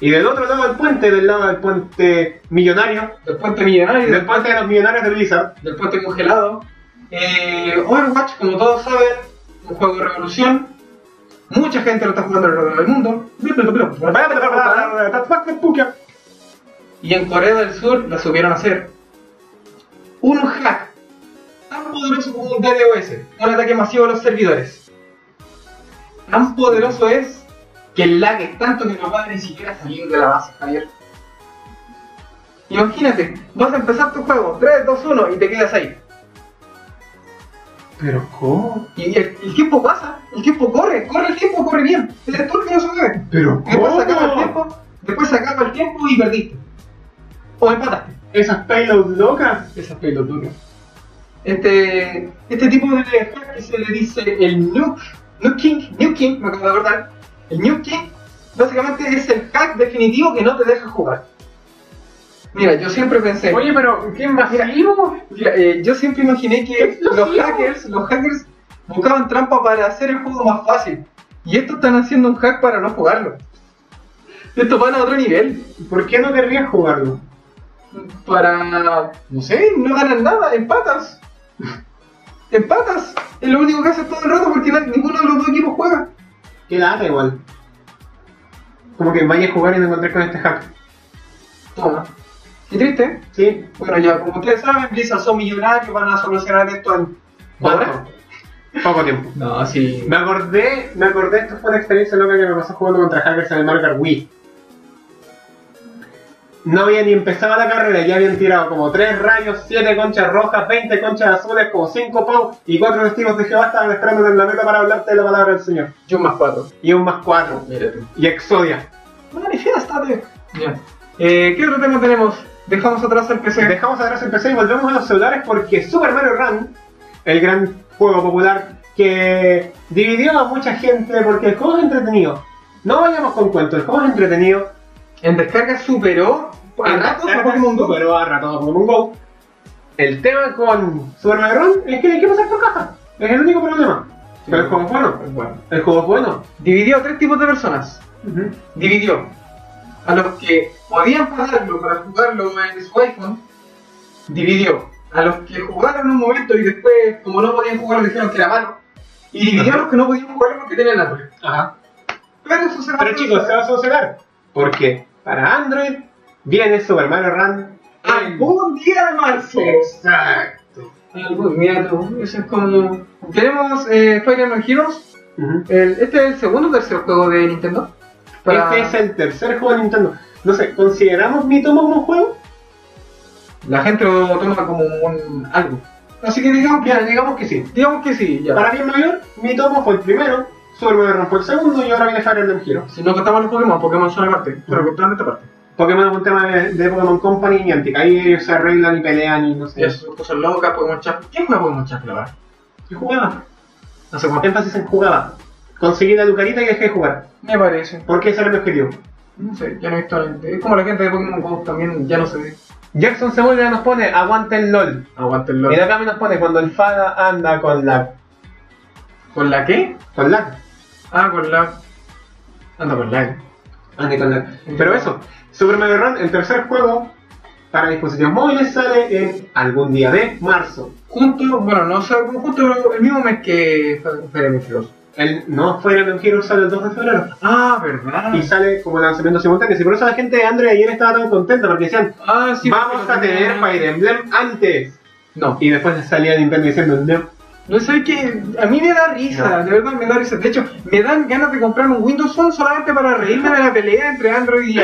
[SPEAKER 1] Y del otro lado del puente, del lado del puente millonario,
[SPEAKER 3] Del puente millonario,
[SPEAKER 1] del
[SPEAKER 3] del,
[SPEAKER 1] puente de los millonarios de Blizzard,
[SPEAKER 3] del puente congelado. Eh, Overwatch, como todos saben, un juego de revolución. Mucha gente lo está jugando alrededor del mundo. Y en Corea del Sur la supieron hacer. Un hack tan poderoso como un DDoS, un ataque masivo a los servidores. Tan poderoso es que el lag es tanto que no va ni siquiera a salir de la base, Javier. Imagínate, vas a empezar tu juego, 3, 2, 1 y te quedas ahí.
[SPEAKER 1] Pero ¿cómo?
[SPEAKER 3] Y el, el tiempo pasa, el tiempo corre, corre el tiempo, corre bien. El actor que no se mueve.
[SPEAKER 1] ¿Pero
[SPEAKER 3] Después se acaba el
[SPEAKER 1] cómo?
[SPEAKER 3] tiempo, después se acaba el tiempo y perdiste. O empataste.
[SPEAKER 1] Esas payloads locas.
[SPEAKER 3] Esa pelotuda. Este, este tipo de hack que se le dice el nuke, nuking, nuking, me acabo de acordar. El nuking básicamente es el hack definitivo que no te deja jugar. Mira, yo siempre pensé,
[SPEAKER 1] pero ¿qué
[SPEAKER 3] mira, eh, yo siempre imaginé que
[SPEAKER 1] Es lo
[SPEAKER 3] los
[SPEAKER 1] mismo.
[SPEAKER 3] hackers, los hackers buscaban trampa para hacer el juego más fácil. Y estos están haciendo un hack para no jugarlo. Estos van a otro nivel.
[SPEAKER 1] ¿Por qué no querrías jugarlo?
[SPEAKER 3] para, no sé, no ganan nada, empatas. empatas. Es lo único que hacen todo el rato porque na- ninguno de los dos equipos juega.
[SPEAKER 1] Qué lata igual. Como que vaya a jugar y me encontré con este hack.
[SPEAKER 3] Toma. Qué triste.
[SPEAKER 1] ¿Sí?
[SPEAKER 3] Bueno, ya, como ustedes saben, Blizzard son millonarios, van a solucionar esto en... ¿Ahora?
[SPEAKER 1] ¿Cuánto? Poco tiempo.
[SPEAKER 3] No, sí.
[SPEAKER 1] Me acordé, me acordé, esto fue una experiencia loca que me pasó jugando contra hackers en el Marker Wii. No había ni empezado la carrera, ya habían tirado como 3 rayos, 7 conchas rojas, 20 conchas azules, como 5 pau y 4 testigos de Jehová estaban esperándote en la meta para hablarte de la palabra del Señor.
[SPEAKER 3] Yo más cuatro.
[SPEAKER 1] Y un más 4.
[SPEAKER 3] Mira tú.
[SPEAKER 1] Y Exodia.
[SPEAKER 3] Manifiéstate. Ya. Eh, ¿Qué otro tema tenemos? Dejamos atrás el PC.
[SPEAKER 1] Dejamos atrás el PC y volvemos a los celulares porque Super Mario Run, el gran juego popular que dividió a mucha gente porque el juego es entretenido. No vayamos con cuentos, el juego es entretenido.
[SPEAKER 3] en descarga superó a ratos a Pues Pokémon Go.
[SPEAKER 1] Pero a ratos a Pokémon Go. El tema con Super Mario Run es que hay que pasar por caja. Es el único problema. Pero el juego es bueno.
[SPEAKER 3] Bueno.
[SPEAKER 1] El juego es bueno.
[SPEAKER 3] Dividió a tres tipos de personas. dividió a los que podían pagarlo para jugarlo en su iPhone, dividió a los que jugaron un momento y después, como no podían jugarlo, dijeron que era malo, y dividió a los que no podían jugarlo porque tenían Android.
[SPEAKER 1] Ajá.
[SPEAKER 3] Ah, Pero eso se va
[SPEAKER 1] Pero chicos, se va a solucionar. Porque para Android viene Super Mario Run.
[SPEAKER 3] algún día de marzo.
[SPEAKER 1] Exacto.
[SPEAKER 3] Algún- Mira tú, eso es como... Tenemos eh, Fire Emblem Heroes,
[SPEAKER 1] Ujú.
[SPEAKER 3] el- este es el segundo o tercer juego de Nintendo. Para-
[SPEAKER 1] Este es el tercer juego de Nintendo. No sé, ¿consideramos mi tomo como juego?
[SPEAKER 3] La gente lo toma como un algo. Así que digamos
[SPEAKER 1] Ya,
[SPEAKER 3] que,
[SPEAKER 1] digamos que sí.
[SPEAKER 3] digamos que sí, ya.
[SPEAKER 1] Para bien mayor, mi tomo fue el primero, Super Mario Run fue el segundo y ahora viene Fire Emblem Heroes.
[SPEAKER 3] Si no contamos los Pokémon, Pokémon son aparte, pero
[SPEAKER 1] Ujú.
[SPEAKER 3] contaron esta parte.
[SPEAKER 1] Pokémon es un tema de, de Pokémon Company y Antic. Ahí ellos se arreglan y pelean y no sé.
[SPEAKER 3] Y esas son cosas locas, Pokémon Chat. ¿Quién juega Pokémon Chat, la verdad?
[SPEAKER 1] Yo jugaba.
[SPEAKER 3] No sé cuánto.
[SPEAKER 1] Énfasis en jugaba. Conseguí la Lucarita y dejé de jugar.
[SPEAKER 3] Me parece.
[SPEAKER 1] Porque ese era mi objetivo.
[SPEAKER 3] No sé, ya no he visto a la gente. Es como la gente de Pokémon GO también, ya no se ve.
[SPEAKER 1] Jackson Sepúlveda nos pone, aguanta el LOL.
[SPEAKER 3] Aguántenlo.
[SPEAKER 1] Y la Cami nos pone, cuando el Fada anda con la...
[SPEAKER 3] ¿Con la qué?
[SPEAKER 1] Con la...
[SPEAKER 3] Ah, con la. Anda con la. E.
[SPEAKER 1] Ah, Ande con la... Pero eso, Super Mario Run, el tercer juego para dispositivos móviles sale en algún día de marzo.
[SPEAKER 3] Junto, bueno, no sé, junto pero el mismo mes que fue- fue mi Heroes.
[SPEAKER 1] El, no fuera de Hero sale el 2 de febrero
[SPEAKER 3] Ah, ¿verdad?
[SPEAKER 1] y sale como lanzamiento simultáneo. Y por eso la gente de Android ayer estaba tan contenta porque decían,
[SPEAKER 3] Ah, sí.
[SPEAKER 1] vamos
[SPEAKER 3] porque
[SPEAKER 1] a
[SPEAKER 3] lo tenía-
[SPEAKER 1] tener Fire Emblem antes.
[SPEAKER 3] No,
[SPEAKER 1] Y después salía Nintendo diciendo, no,
[SPEAKER 3] no sé qué. A mí me da risa,
[SPEAKER 1] No.
[SPEAKER 3] de verdad me da risa. De hecho, me dan ganas de comprar un Windows Phone solamente para reírme de la pelea entre Android y.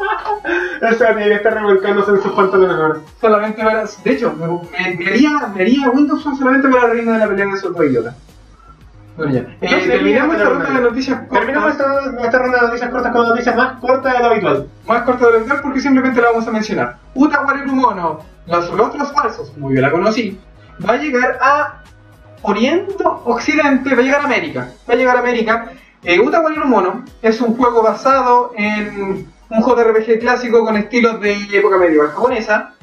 [SPEAKER 1] o sea, tiene que estar revolcándose en sus pantalones ahora.
[SPEAKER 3] solamente para. De hecho, me, me- me haría, me haría Windows Phone solamente para reírme de la pelea de esos dos idiotas. Bueno, ya. Eh,
[SPEAKER 1] Entonces,
[SPEAKER 3] terminamos
[SPEAKER 1] mira,
[SPEAKER 3] esta ronda de
[SPEAKER 1] terminamos.
[SPEAKER 3] noticias cortas.
[SPEAKER 1] Terminamos esta, esta ronda de noticias cortas con noticias más cortas de lo habitual.
[SPEAKER 3] más corta de verdad porque simplemente la vamos a mencionar. Uta Mono, los rostros falsos, como yo la conocí, va a llegar a Oriente Occidente, va a llegar a América. Va a llegar a América. Eh, Uta Mono es un juego basado en un JRPG clásico con estilos de época medieval japonesa.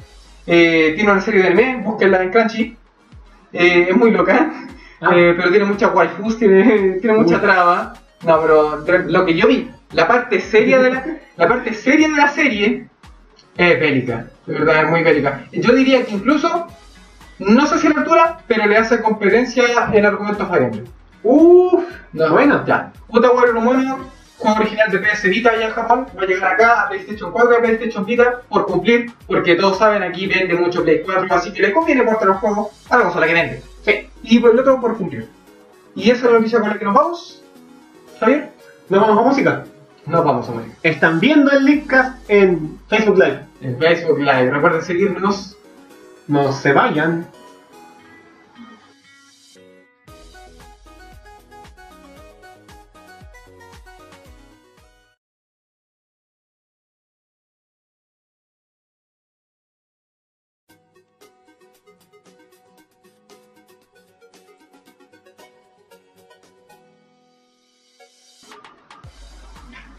[SPEAKER 3] Eh, tiene una serie de anime, búsquenla en Crunchy. Eh, es muy loca,
[SPEAKER 1] Ah.
[SPEAKER 3] eh, pero tiene muchas waifus, tiene, tiene mucha
[SPEAKER 1] Uy.
[SPEAKER 3] traba. No, pero tra- lo que yo vi, la parte seria de la, la parte seria de la serie es bélica, de verdad es muy bélica. Yo diría que incluso, no sé si a la altura, pero le hace competencia en argumentos Fire Emblem.
[SPEAKER 1] Uff,
[SPEAKER 3] No,
[SPEAKER 1] bueno,
[SPEAKER 3] ya. Puta Warrior Humano, juego original de PS Vita allá en Japón, va a llegar acá a PlayStation 4 y a PlayStation Vita por cumplir, porque todos saben aquí vende mucho Play 4, así que les conviene portar los juegos a la consola que vende. Sí. Y por el otro por cumplir. Y esa es la noticia con la que nos vamos. ¿Está bien?
[SPEAKER 1] nos vamos a música.
[SPEAKER 3] Nos vamos a morir.
[SPEAKER 1] Están viendo el Linkcast en Facebook Live.
[SPEAKER 3] En Facebook Live, recuerden seguirnos.
[SPEAKER 1] No se vayan.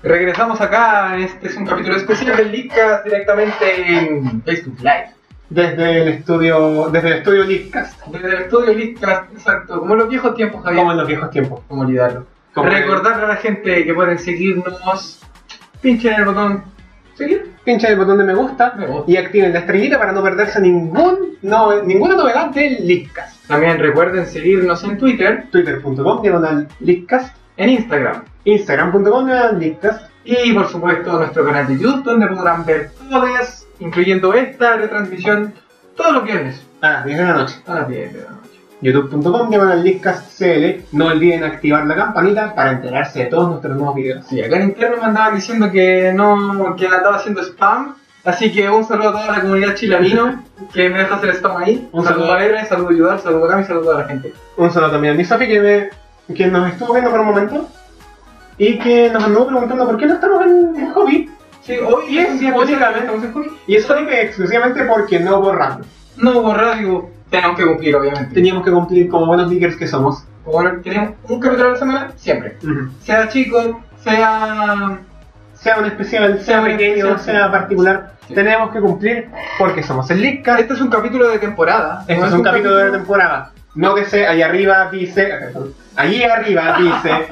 [SPEAKER 3] Regresamos acá, este es un capítulo especial del Leadcast directamente en Facebook Live.
[SPEAKER 1] Desde el estudio, desde el estudio Linkcast.
[SPEAKER 3] Desde el estudio Leadcast, exacto, como en los viejos tiempos, Javier.
[SPEAKER 1] Como en los viejos tiempos.
[SPEAKER 3] cómo olvidarlo.
[SPEAKER 1] Como-
[SPEAKER 3] Recordarle a la gente que pueden seguirnos. Pinchen el botón. Seguir.
[SPEAKER 1] Pinchen el botón de me gusta,
[SPEAKER 3] Me gusta.
[SPEAKER 1] y activen la estrellita para no perderse ningún, no, ninguna novedad del Linkcast.
[SPEAKER 3] También recuerden seguirnos en Twitter,
[SPEAKER 1] Twitter.com diagonal Linkcast.
[SPEAKER 3] en Instagram.
[SPEAKER 1] Instagram.com diagonal Linkcast.
[SPEAKER 3] Y por supuesto nuestro canal de YouTube donde podrán ver todas, incluyendo esta retransmisión, todos los viernes
[SPEAKER 1] A las 10 de la noche.
[SPEAKER 3] a las 10 de la noche.
[SPEAKER 1] YouTube.com diagonal Linkcast CL. No olviden activar la campanita para enterarse de todos nuestros nuevos videos.
[SPEAKER 3] Sí, acá en interno me andaban diciendo que no, que andaba haciendo spam. Así que un saludo a toda la comunidad chilamino que me deja hacer spam ahí.
[SPEAKER 1] Un
[SPEAKER 3] Un saludo
[SPEAKER 1] saludo.
[SPEAKER 3] a Eren, saludo a Yudar, saludo a Cami, saludo a la gente.
[SPEAKER 1] Un saludo también a mi Sofi que, me- que nos estuvo viendo por un momento y que nos anduvo preguntando por qué no estamos en, en hobby.
[SPEAKER 3] Sí, hoy ¿eh? es,
[SPEAKER 1] Sí,
[SPEAKER 3] únicamente
[SPEAKER 1] específicamente.
[SPEAKER 3] estamos en junio.
[SPEAKER 1] Y eso es exclusivamente porque no borramos.
[SPEAKER 3] No hubo radio, tenemos que cumplir, obviamente.
[SPEAKER 1] Teníamos que cumplir como buenos leakers que somos.
[SPEAKER 3] Bueno, tenemos un capítulo a la semana, siempre. Sea chico, sea.
[SPEAKER 1] Sea un especial, sea
[SPEAKER 3] Sea un
[SPEAKER 1] pequeño,
[SPEAKER 3] especial.
[SPEAKER 1] sea particular,
[SPEAKER 3] Sí.
[SPEAKER 1] tenemos que cumplir porque somos el Leakcast.
[SPEAKER 3] Este es un capítulo de temporada.
[SPEAKER 1] Este
[SPEAKER 3] no
[SPEAKER 1] es un capítulo de la temporada. Nótese, ahí arriba dice. Allí arriba dice.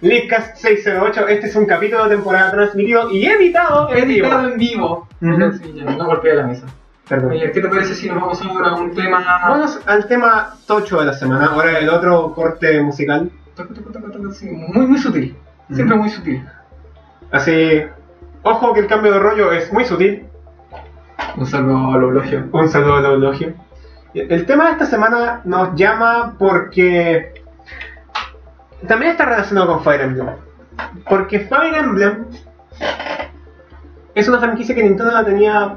[SPEAKER 1] Leakcast 608. Este es un capítulo de temporada transmitido y editado en vivo.
[SPEAKER 3] Editado en vivo.
[SPEAKER 1] Ujú.
[SPEAKER 3] Sí, ya, no golpeé la mesa.
[SPEAKER 1] Perdón.
[SPEAKER 3] Oye, ¿Qué te parece si nos vamos ahora a un tema.
[SPEAKER 1] Vamos al tema tocho de la semana, ahora el otro corte musical.
[SPEAKER 3] Sí, Muy, muy sutil. Siempre muy sutil.
[SPEAKER 1] Así, ojo que el cambio de rollo es muy sutil.
[SPEAKER 3] Un saludo al elogio.
[SPEAKER 1] Un saludo al elogio. El tema de esta semana nos llama porque también está relacionado con Fire Emblem. Porque Fire Emblem es una franquicia que Nintendo la tenía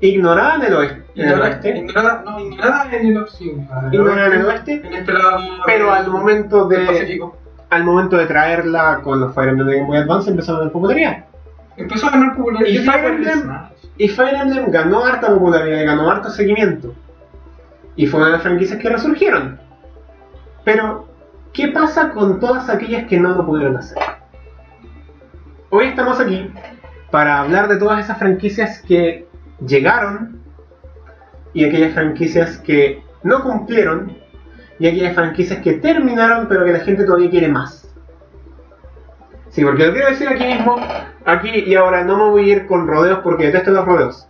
[SPEAKER 1] ignorada en el oeste. En el oeste.
[SPEAKER 3] Ignorada, no, ignorada en el opción.
[SPEAKER 1] Ignorada en el oeste.
[SPEAKER 3] En este lado.
[SPEAKER 1] Pero al momento
[SPEAKER 3] del
[SPEAKER 1] de,
[SPEAKER 3] Pacífico.
[SPEAKER 1] al momento de traerla con los Fire Emblem de Game Boy Advance empezaron a ganar popularidad.
[SPEAKER 3] Empezó a ganar popularidad.
[SPEAKER 1] Y Fire Emblem- Y Fire Emblem ganó harta popularidad y ganó harto seguimiento. Y fue una de las franquicias que resurgieron. Pero, ¿qué pasa con todas aquellas que no lo pudieron hacer? Hoy estamos aquí para hablar de todas esas franquicias que llegaron y aquellas franquicias que no cumplieron y aquellas franquicias que terminaron pero que la gente todavía quiere más. Sí, porque lo quiero decir aquí mismo, aquí y ahora no me voy a ir con rodeos porque detesto los rodeos.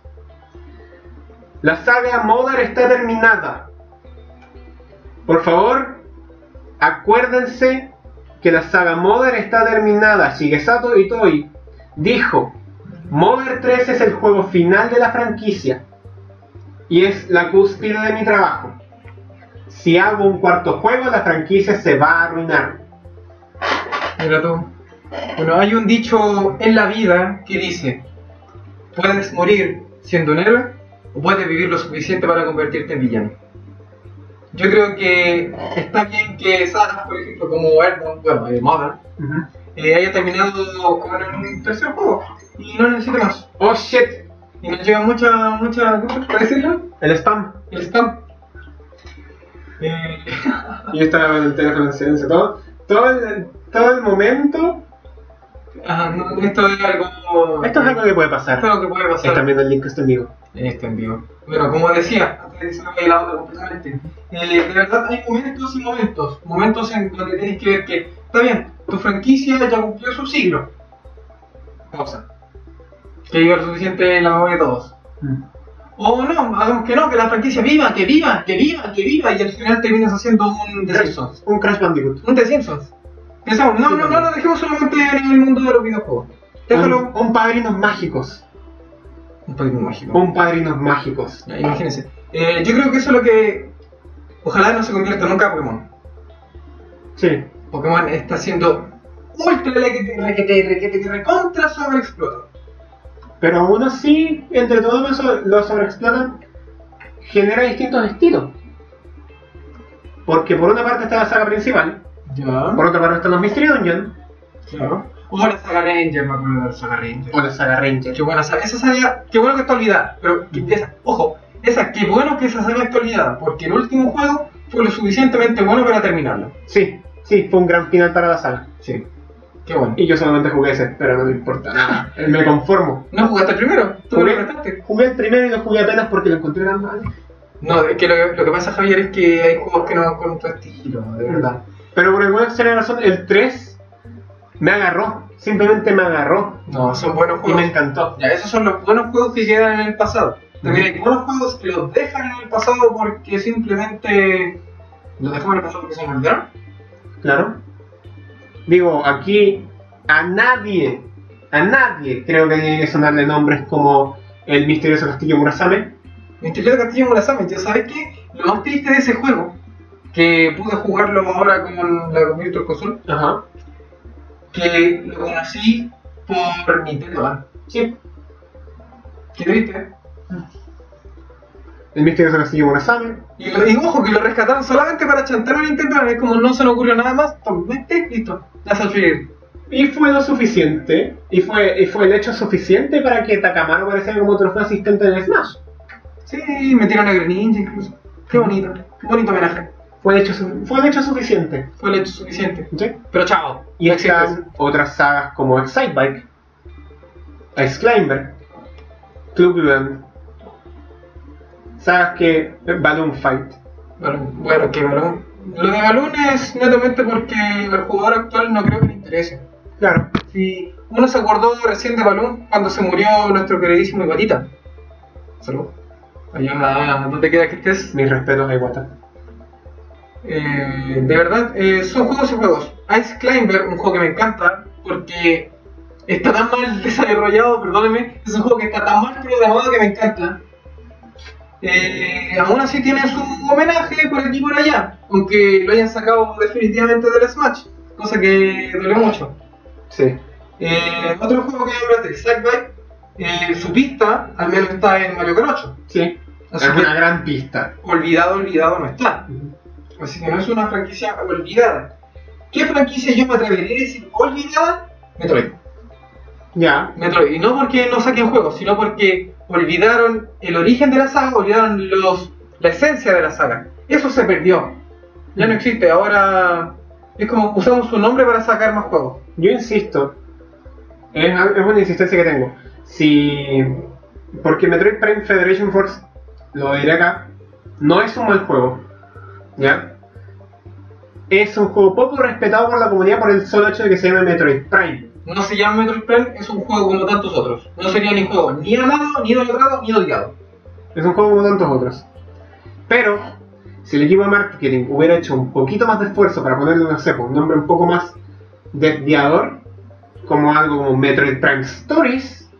[SPEAKER 1] La saga Modar está terminada. Por favor, acuérdense que la saga Modern está terminada. Shigesato Itoi dijo, Modern 3 es el juego final de la franquicia y es la cúspide de mi trabajo. Si hago un cuarto juego, la franquicia se va a arruinar.
[SPEAKER 3] Mira tú. Bueno, hay un dicho en la vida que dice, puedes morir siendo un héroe o puedes vivir lo suficiente para convertirte en villano. Yo creo que está bien que Sara, por ejemplo, como Airborne, bueno, eh, Mother, eh, haya terminado como en un tercer juego y no necesita más.
[SPEAKER 1] Oh shit,
[SPEAKER 3] Y nos llega mucha, mucha, ¿cómo se decirlo?
[SPEAKER 1] el spam.
[SPEAKER 3] El spam. Eh,
[SPEAKER 1] Y yo estaba en el teléfono en silencio. Todo, todo, el, todo el momento.
[SPEAKER 3] ah, no, esto es algo...
[SPEAKER 1] Esto es algo que puede pasar.
[SPEAKER 3] Esto es lo que puede pasar.
[SPEAKER 1] Están viendo el link que está en vivo.
[SPEAKER 3] en este envío. Bueno, como decía, antes de decirlo que la onda completamente, eh, de verdad hay momentos y momentos. Momentos en donde tienes que ver que, está bien, tu franquicia ya cumplió su siglo. Pausa. Que viva lo suficiente en la memoria de todos. O no, hagamos que no, que la franquicia viva, que viva, que viva, que viva, y al final terminas haciendo un The Simpsons.
[SPEAKER 1] Un Crash Bandicoot.
[SPEAKER 3] Un The Simpsons. Pensamos, no, no, no, no, dejemos solamente en el mundo de los videojuegos. Déjalo
[SPEAKER 1] Un, un padrinos mágicos.
[SPEAKER 3] un poquito mágico.
[SPEAKER 1] Un padrinos mágicos.
[SPEAKER 3] Ya, Imagínense. Eh, yo creo que eso es lo que. Ojalá no se convierta nunca a Pokémon.
[SPEAKER 1] Sí.
[SPEAKER 3] Pokémon está siendo ultra requete, requete, requete, recontra sobreexplotado.
[SPEAKER 1] Pero aún así, entre todo eso, lo sobreexplotan, genera distintos estilos. Porque por una parte está la saga principal,
[SPEAKER 3] Ya.
[SPEAKER 1] por otra parte están los Mystery Dungeon,
[SPEAKER 3] Claro. O la saga Ranger, me acuerdo de la saga Ranger.
[SPEAKER 1] o la saga Ranger.
[SPEAKER 3] Qué buena saga. Esa saga, qué bueno que está olvidada. Pero que empieza. Ojo, esa, qué bueno que esa saga está olvidada. Porque el último juego fue lo suficientemente bueno para terminarlo.
[SPEAKER 1] Sí, sí, fue un gran final para la saga.
[SPEAKER 3] Sí. Qué bueno.
[SPEAKER 1] Y yo solamente jugué ese, pero no me importa nada. Me conformo.
[SPEAKER 3] ¿No jugaste el primero? ¿Tú
[SPEAKER 1] Jugué.
[SPEAKER 3] lo retaste?
[SPEAKER 1] Jugué el primero y lo jugué apenas porque lo encontré tan mal.
[SPEAKER 3] No, es que lo, lo que pasa, Javier, es que hay juegos que no van con tu estilo, de verdad.
[SPEAKER 1] Pero por alguna extraña razón, el 3 me agarró. Simplemente me agarró.
[SPEAKER 3] No, son buenos
[SPEAKER 1] Y
[SPEAKER 3] juegos.
[SPEAKER 1] me encantó.
[SPEAKER 3] Ya, esos son los buenos juegos que quedan en el pasado. También hay buenos juegos que los dejan en el pasado porque simplemente los dejaron en el pasado porque se olvidaron.
[SPEAKER 1] Claro. Digo, aquí a nadie, a nadie creo que tiene que sonarle nombres como el misterioso castillo Murasame.
[SPEAKER 3] Misterioso Castillo Murasame, ya sabes que lo más triste de ese juego, que pude jugarlo ahora con la Virtual Console,
[SPEAKER 1] Ajá.
[SPEAKER 3] que lo conocí por Nintendo. ¿verdad?
[SPEAKER 1] Sí.
[SPEAKER 3] Qué triste. ¿eh?
[SPEAKER 1] El misterioso castillo Murasame.
[SPEAKER 3] Y, lo, y ojo, que lo rescataron solamente para chantar a Nintendo. Es como no se le ocurrió nada más, totalmente listo. Las alfileres.
[SPEAKER 1] Y fue lo suficiente, y fue, y fue el hecho suficiente para que Takamaru apareciera como trofeo asistente en Smash.
[SPEAKER 3] Sí, metieron a Greninja incluso. Qué bonito, qué bonito homenaje.
[SPEAKER 1] Fue el hecho, su- fue el hecho suficiente.
[SPEAKER 3] Fue el hecho suficiente.
[SPEAKER 1] ¿sí?
[SPEAKER 3] Pero chao.
[SPEAKER 1] Y
[SPEAKER 3] no existe.
[SPEAKER 1] están otras sagas como Excitebike, Ice Climber, Club Event, sagas que. Balloon Fight.
[SPEAKER 3] Bueno, bueno, qué balón. Lo de balón es netamente porque al jugador actual no creo que le interese.
[SPEAKER 1] Claro.
[SPEAKER 3] Si uno se acordó recién de balón cuando se murió nuestro queridísimo Ibarita. Salud. Allá, ¿dónde queda que estés?
[SPEAKER 1] Mis respetos a Iwata.
[SPEAKER 3] Eh, de verdad, eh, son juegos y juegos. Ice Climber, un juego que me encanta, porque está tan mal desarrollado, perdónenme, es un juego que está tan mal programado que me encanta. Eh, aún así tiene su homenaje por aquí y por allá, aunque lo hayan sacado definitivamente del Smash, cosa que duele mucho.
[SPEAKER 1] Sí.
[SPEAKER 3] Eh, otro juego que habla de Sidebike, eh, su pista al menos está en Mario Kart 8,
[SPEAKER 1] Sí.
[SPEAKER 3] así
[SPEAKER 1] es
[SPEAKER 3] que
[SPEAKER 1] una gran pista.
[SPEAKER 3] olvidado, olvidado no está. Así que Pues no es una franquicia olvidada. ¿Qué franquicia yo me atrevería a decir olvidada? Metroid.
[SPEAKER 1] Ya.
[SPEAKER 3] Metroid. Y no porque no saquen juegos, sino porque olvidaron el origen de la saga, olvidaron los, la esencia de la saga. Eso se perdió. Ya no existe. Ahora es como usamos su nombre para sacar más juegos.
[SPEAKER 1] Yo insisto. Es, es una insistencia que tengo. Si. Porque Metroid Prime Federation Force, lo diré acá, no es un mal juego. ¿Ya? Es un juego poco respetado por la comunidad por el solo hecho de que se llame Metroid Prime.
[SPEAKER 3] No se llama Metroid Prime, es un juego como tantos otros. No sería ni juego ni amado, ni idolatrado, ni odiado.
[SPEAKER 1] Es un juego como tantos otros. Pero, si el equipo de marketing hubiera hecho un poquito más de esfuerzo para ponerle, no sé, pues, un nombre un poco más desviador, como algo como Metroid Prime Stories,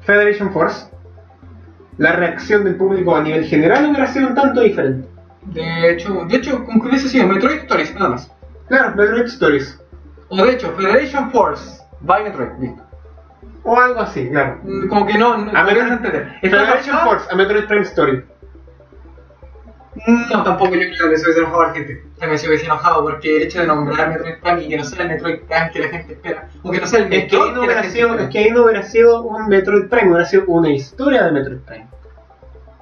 [SPEAKER 1] Federation Force, la reacción del público a nivel general hubiera sido un tanto diferente.
[SPEAKER 3] De hecho, de hecho, con que hubiese sido Metroid Stories, nada más.
[SPEAKER 1] Claro, Metroid Stories.
[SPEAKER 3] O de hecho, Federation Force by Metroid, listo.
[SPEAKER 1] O algo así, claro.
[SPEAKER 3] Mm, Como que no, no
[SPEAKER 1] A
[SPEAKER 3] como que
[SPEAKER 1] Metroid-
[SPEAKER 3] no se entiende. ¿Está
[SPEAKER 1] Federation
[SPEAKER 3] basado?
[SPEAKER 1] Force, a Metroid Prime Story.
[SPEAKER 3] No, tampoco yo creo que se hubiese enojado a la gente. También se hubiese enojado porque el hecho de nombrar Metroid Prime y que no sea el Metroid Prime que la gente espera. O que no sea el
[SPEAKER 1] Es que, ahí
[SPEAKER 3] Metroid
[SPEAKER 1] no
[SPEAKER 3] que la
[SPEAKER 1] hubiera
[SPEAKER 3] gente
[SPEAKER 1] sido,
[SPEAKER 3] espera.
[SPEAKER 1] es que ahí no hubiera sido un Metroid Prime, hubiera sido una historia de Metroid Prime.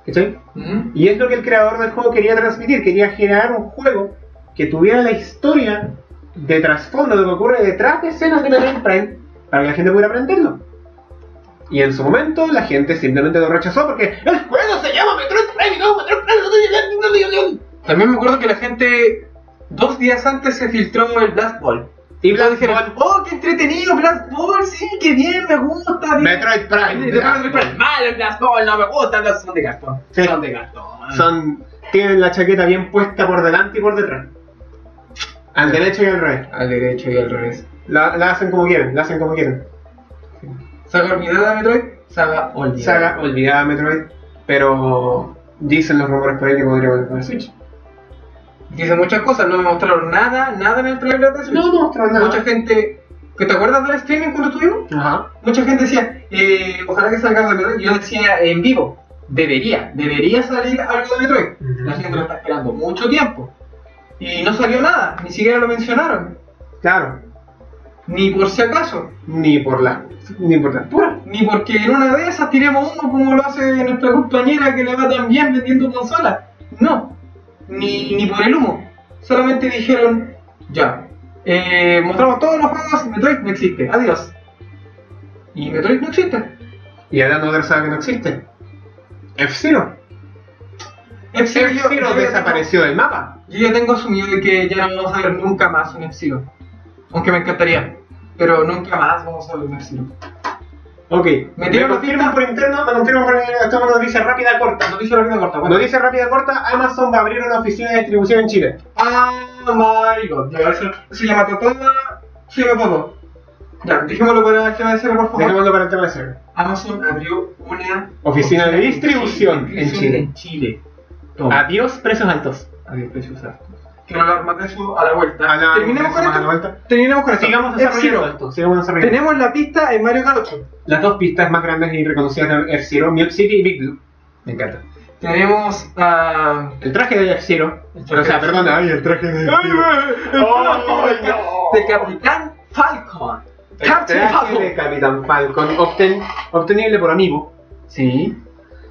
[SPEAKER 1] ¿Cachai?
[SPEAKER 3] Ujú.
[SPEAKER 1] Y es lo que el creador del juego quería transmitir, quería generar un juego que tuviera la historia de trasfondo de lo que ocurre detrás de escenas de Metroid Prime para que la gente pudiera aprenderlo. Y en su momento la gente simplemente lo rechazó porque el juego se llama Metroid Prime y no Metroid Prime. no, no, no, no, no".
[SPEAKER 3] También me acuerdo que la gente dos días antes se filtró el Blast Ball.
[SPEAKER 1] Y
[SPEAKER 3] Y
[SPEAKER 1] Black
[SPEAKER 3] luego dijeron, oh, qué entretenido Blast Ball, sí, qué bien, me gusta. bien".
[SPEAKER 1] Metroid
[SPEAKER 3] Y
[SPEAKER 1] Prime.
[SPEAKER 3] después Metroid Prime, Malo el Blast Ball, no me gusta, no, son de cartón.
[SPEAKER 1] Sí.
[SPEAKER 3] Son de cartón. man.
[SPEAKER 1] Son, tienen la chaqueta bien puesta por delante y por detrás. Al derecho y al revés.
[SPEAKER 3] Al derecho y al revés.
[SPEAKER 1] La, la hacen como quieren, la hacen como quieren.
[SPEAKER 3] ¿Saga olvidada Metroid? Saga olvidada.
[SPEAKER 1] Saga olvidada Metroid, pero dicen los rumores por ahí que podría volver para Switch.
[SPEAKER 3] Dicen muchas cosas, no me mostraron nada, nada en el trailer de Switch.
[SPEAKER 1] No, no mostraron nada.
[SPEAKER 3] Mucha gente, ¿que ¿te acuerdas del streaming cuando estuvimos?
[SPEAKER 1] Ajá.
[SPEAKER 3] Mucha gente decía, eh, ojalá que salga de Metroid. Yo decía en vivo, debería, debería salir algo de Metroid.
[SPEAKER 1] Ujú.
[SPEAKER 3] La gente lo está esperando mucho tiempo. Y no salió nada, ni siquiera lo mencionaron.
[SPEAKER 1] Claro,
[SPEAKER 3] Ni por si acaso,
[SPEAKER 1] ni por la. Ni por la. pura.
[SPEAKER 3] ni porque en una de esas tiremos uno como lo hace nuestra compañera que le va tan bien vendiendo consolas. No, ni, ni por el humo. Solamente dijeron, ya, eh, mostramos todos los juegos y Metroid no existe, adiós. Y Metroid no existe.
[SPEAKER 1] Y hablando de otra saga que no existe. F-Zero.
[SPEAKER 3] F-Zero yo- yo
[SPEAKER 1] F-Zero
[SPEAKER 3] ya
[SPEAKER 1] desapareció del mapa.
[SPEAKER 3] tengo- Yo ya tengo asumido de que ya no vamos a ver nunca más un F-Zero. Aunque me encantaría. Pero nunca más vamos a ver un F-Zero.
[SPEAKER 1] Ok.
[SPEAKER 3] Me dieron
[SPEAKER 1] confirman
[SPEAKER 3] noticias.
[SPEAKER 1] por interno, me confirman por interno. Esto es una noticia rápida corta.
[SPEAKER 3] Noticia rápida corta. bueno.
[SPEAKER 1] Noticia rápida corta: Amazon va a abrir una oficina de distribución en Chile.
[SPEAKER 3] Ah, my god, ya, eso se llama Totona, se llama todo. Ya, dejémoslo para el tema de cierre, por favor.
[SPEAKER 1] Dejémoslo para el tema de cero.
[SPEAKER 3] Amazon abrió una
[SPEAKER 1] Oficina de distribución en Chile. Ah.
[SPEAKER 3] En Chile. Toma.
[SPEAKER 1] Adiós, precios altos.
[SPEAKER 3] Adiós, precios altos. Quiero hablar más de eso a la vuelta.
[SPEAKER 1] A la-
[SPEAKER 3] terminemos, con
[SPEAKER 1] Ah, más a la
[SPEAKER 3] esto.
[SPEAKER 1] vuelta.
[SPEAKER 3] terminemos con esto.
[SPEAKER 1] Sigamos
[SPEAKER 3] F-Zero.
[SPEAKER 1] desarrollando esto. Sigamos desarrollando.
[SPEAKER 3] Tenemos la pista en Mario Kart 8.
[SPEAKER 1] Las dos pistas más grandes y reconocidas de F-Zero, Milk City y Big Blue. Me encanta.
[SPEAKER 3] Tenemos a.
[SPEAKER 1] El traje de F-Zero.
[SPEAKER 3] El traje
[SPEAKER 1] O sea,
[SPEAKER 3] de
[SPEAKER 1] perdona, ay, el traje de F-Zero.
[SPEAKER 3] de Capitán Falcon.
[SPEAKER 1] El
[SPEAKER 3] Captain
[SPEAKER 1] traje de
[SPEAKER 3] Falcon.
[SPEAKER 1] Capitán Falcon, obten- obtenible por Amiibo.
[SPEAKER 3] Sí.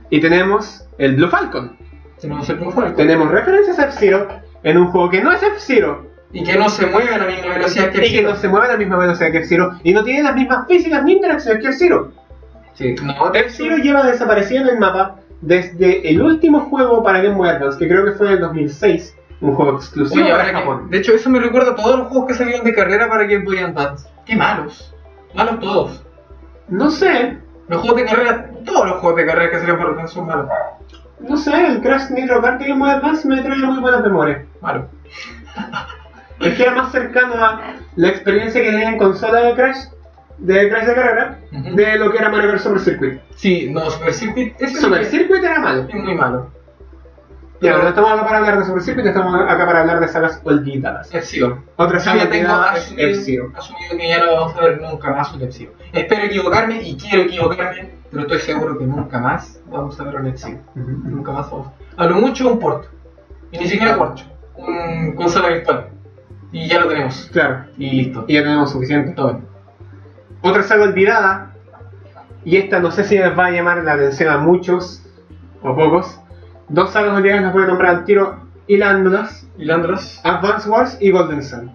[SPEAKER 1] Y tenemos el Blue Falcon.
[SPEAKER 3] Tenemos el Blue Falcon.
[SPEAKER 1] Tenemos referencias a F-Zero en un juego que no es F-Zero.
[SPEAKER 3] Y que no se mueve a la misma velocidad que
[SPEAKER 1] Y que no se mueve a la misma velocidad que F-Zero. Y no tiene las mismas físicas ni interacciones que F-Zero.
[SPEAKER 3] Sí, no, de
[SPEAKER 1] F-Zero lleva desaparecido en el mapa desde el último juego para Game Boy Advance, que creo que fue en el 2006. Un juego exclusivo
[SPEAKER 3] Oye, ahora
[SPEAKER 1] para
[SPEAKER 3] que-
[SPEAKER 1] Japón.
[SPEAKER 3] de hecho, eso me recuerda a todos los juegos que salieron de carrera para Game Boy Advance. Qué malos. Malos todos.
[SPEAKER 1] No sé,
[SPEAKER 3] Los juegos de carrera, todos los juegos de carrera que salieron para Advance son malos.
[SPEAKER 1] no sé, el Crash Nitro Kart de Game Boy Advance me trae muy buenas memorias.
[SPEAKER 3] Malos.
[SPEAKER 1] Es que era más cercano a la experiencia que tenía en consola de Crash, de Crash de carrera,
[SPEAKER 3] Ujú.
[SPEAKER 1] de lo que era Mario Kart Super Circuit.
[SPEAKER 3] Sí, no, Super Circuit es,
[SPEAKER 1] Super Circuit era malo.
[SPEAKER 3] es muy malo.
[SPEAKER 1] Ya, pero no estamos acá para hablar de Super Circuit, estamos acá para hablar de sagas olvidadas.
[SPEAKER 3] F-Zero.
[SPEAKER 1] Otra
[SPEAKER 3] Yo
[SPEAKER 1] saga
[SPEAKER 3] ya tengo
[SPEAKER 1] olvidada es
[SPEAKER 3] asumido,
[SPEAKER 1] F-Zero.
[SPEAKER 3] asumido que ya no vamos a ver nunca más un F-Zero. Espero equivocarme y quiero equivocarme, pero estoy seguro que nunca más vamos a ver un F-Zero.
[SPEAKER 1] Ujú.
[SPEAKER 3] Nunca más vamos. A lo mucho un port. Y ni siquiera port. Un consola virtual. Y ya lo tenemos.
[SPEAKER 1] Claro,
[SPEAKER 3] Y listo.
[SPEAKER 1] y ya tenemos suficiente.
[SPEAKER 3] Todo bien.
[SPEAKER 1] Otra saga olvidada, y esta no sé si les va a llamar la atención a muchos o pocos. Dos sagas olvidadas las voy a nombrar al tiro hilándolas.
[SPEAKER 3] ¿Y Landros?
[SPEAKER 1] Advance Wars y Golden Sun.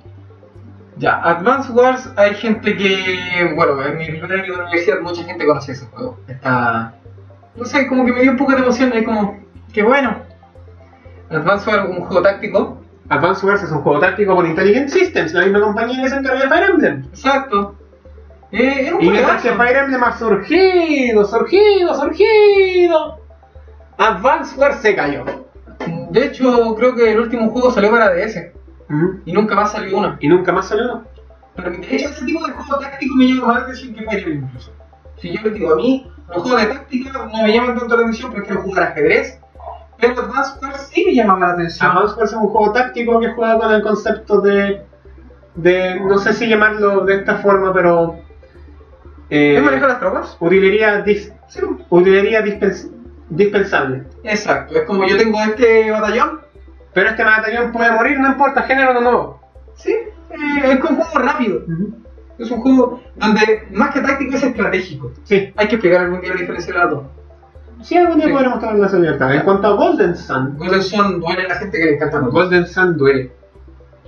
[SPEAKER 3] Ya, Advance Wars hay gente que. Bueno, en mi primer año de universidad mucha gente conocía ese juego. Está. No sé, como que me dio un poco de emoción, es como. ¡Qué bueno! Advance Wars, un juego táctico.
[SPEAKER 1] Advance Wars es un juego táctico por Intelligent Systems, la misma compañía que se encarga de Fire Emblem. este
[SPEAKER 3] Exacto. Eh, era un
[SPEAKER 1] Y mientras que
[SPEAKER 3] juego.
[SPEAKER 1] Fire Emblem ha surgido, surgido, surgido, Advance Wars se cayó.
[SPEAKER 3] De hecho, creo que el último juego salió para DS
[SPEAKER 1] Ujú.
[SPEAKER 3] y nunca más salió una.
[SPEAKER 1] Y nunca más salió. uno.
[SPEAKER 3] Pero de hecho, ese este tipo de juego táctico me llama más la atención que Mario incluso. Si yo les digo, a mí los juegos de táctica no me llaman tanto la atención, prefiero jugar ajedrez. Pero Advance Wars sí me llamaba la atención.
[SPEAKER 1] Advance Wars es un juego táctico que juega con el concepto de. de no sé si llamarlo de esta forma, pero. eh,
[SPEAKER 3] ¿Qué maneja las tropas?
[SPEAKER 1] utilería, dis- utilería dispens- dispensable.
[SPEAKER 3] Exacto, es como yo tengo este batallón.
[SPEAKER 1] Pero este batallón puede morir, no importa, género o no.
[SPEAKER 3] Sí, eh, es un juego rápido. Es un juego donde más que táctico es estratégico.
[SPEAKER 1] Sí,
[SPEAKER 3] Hay que explicar algún día la diferencia de las dos.
[SPEAKER 1] sí, algún día
[SPEAKER 3] Sí.
[SPEAKER 1] podremos tener esa libertad. En cuanto a Golden Sun,
[SPEAKER 3] Golden Sun duele a la gente que le encanta los
[SPEAKER 1] Golden Sun duele.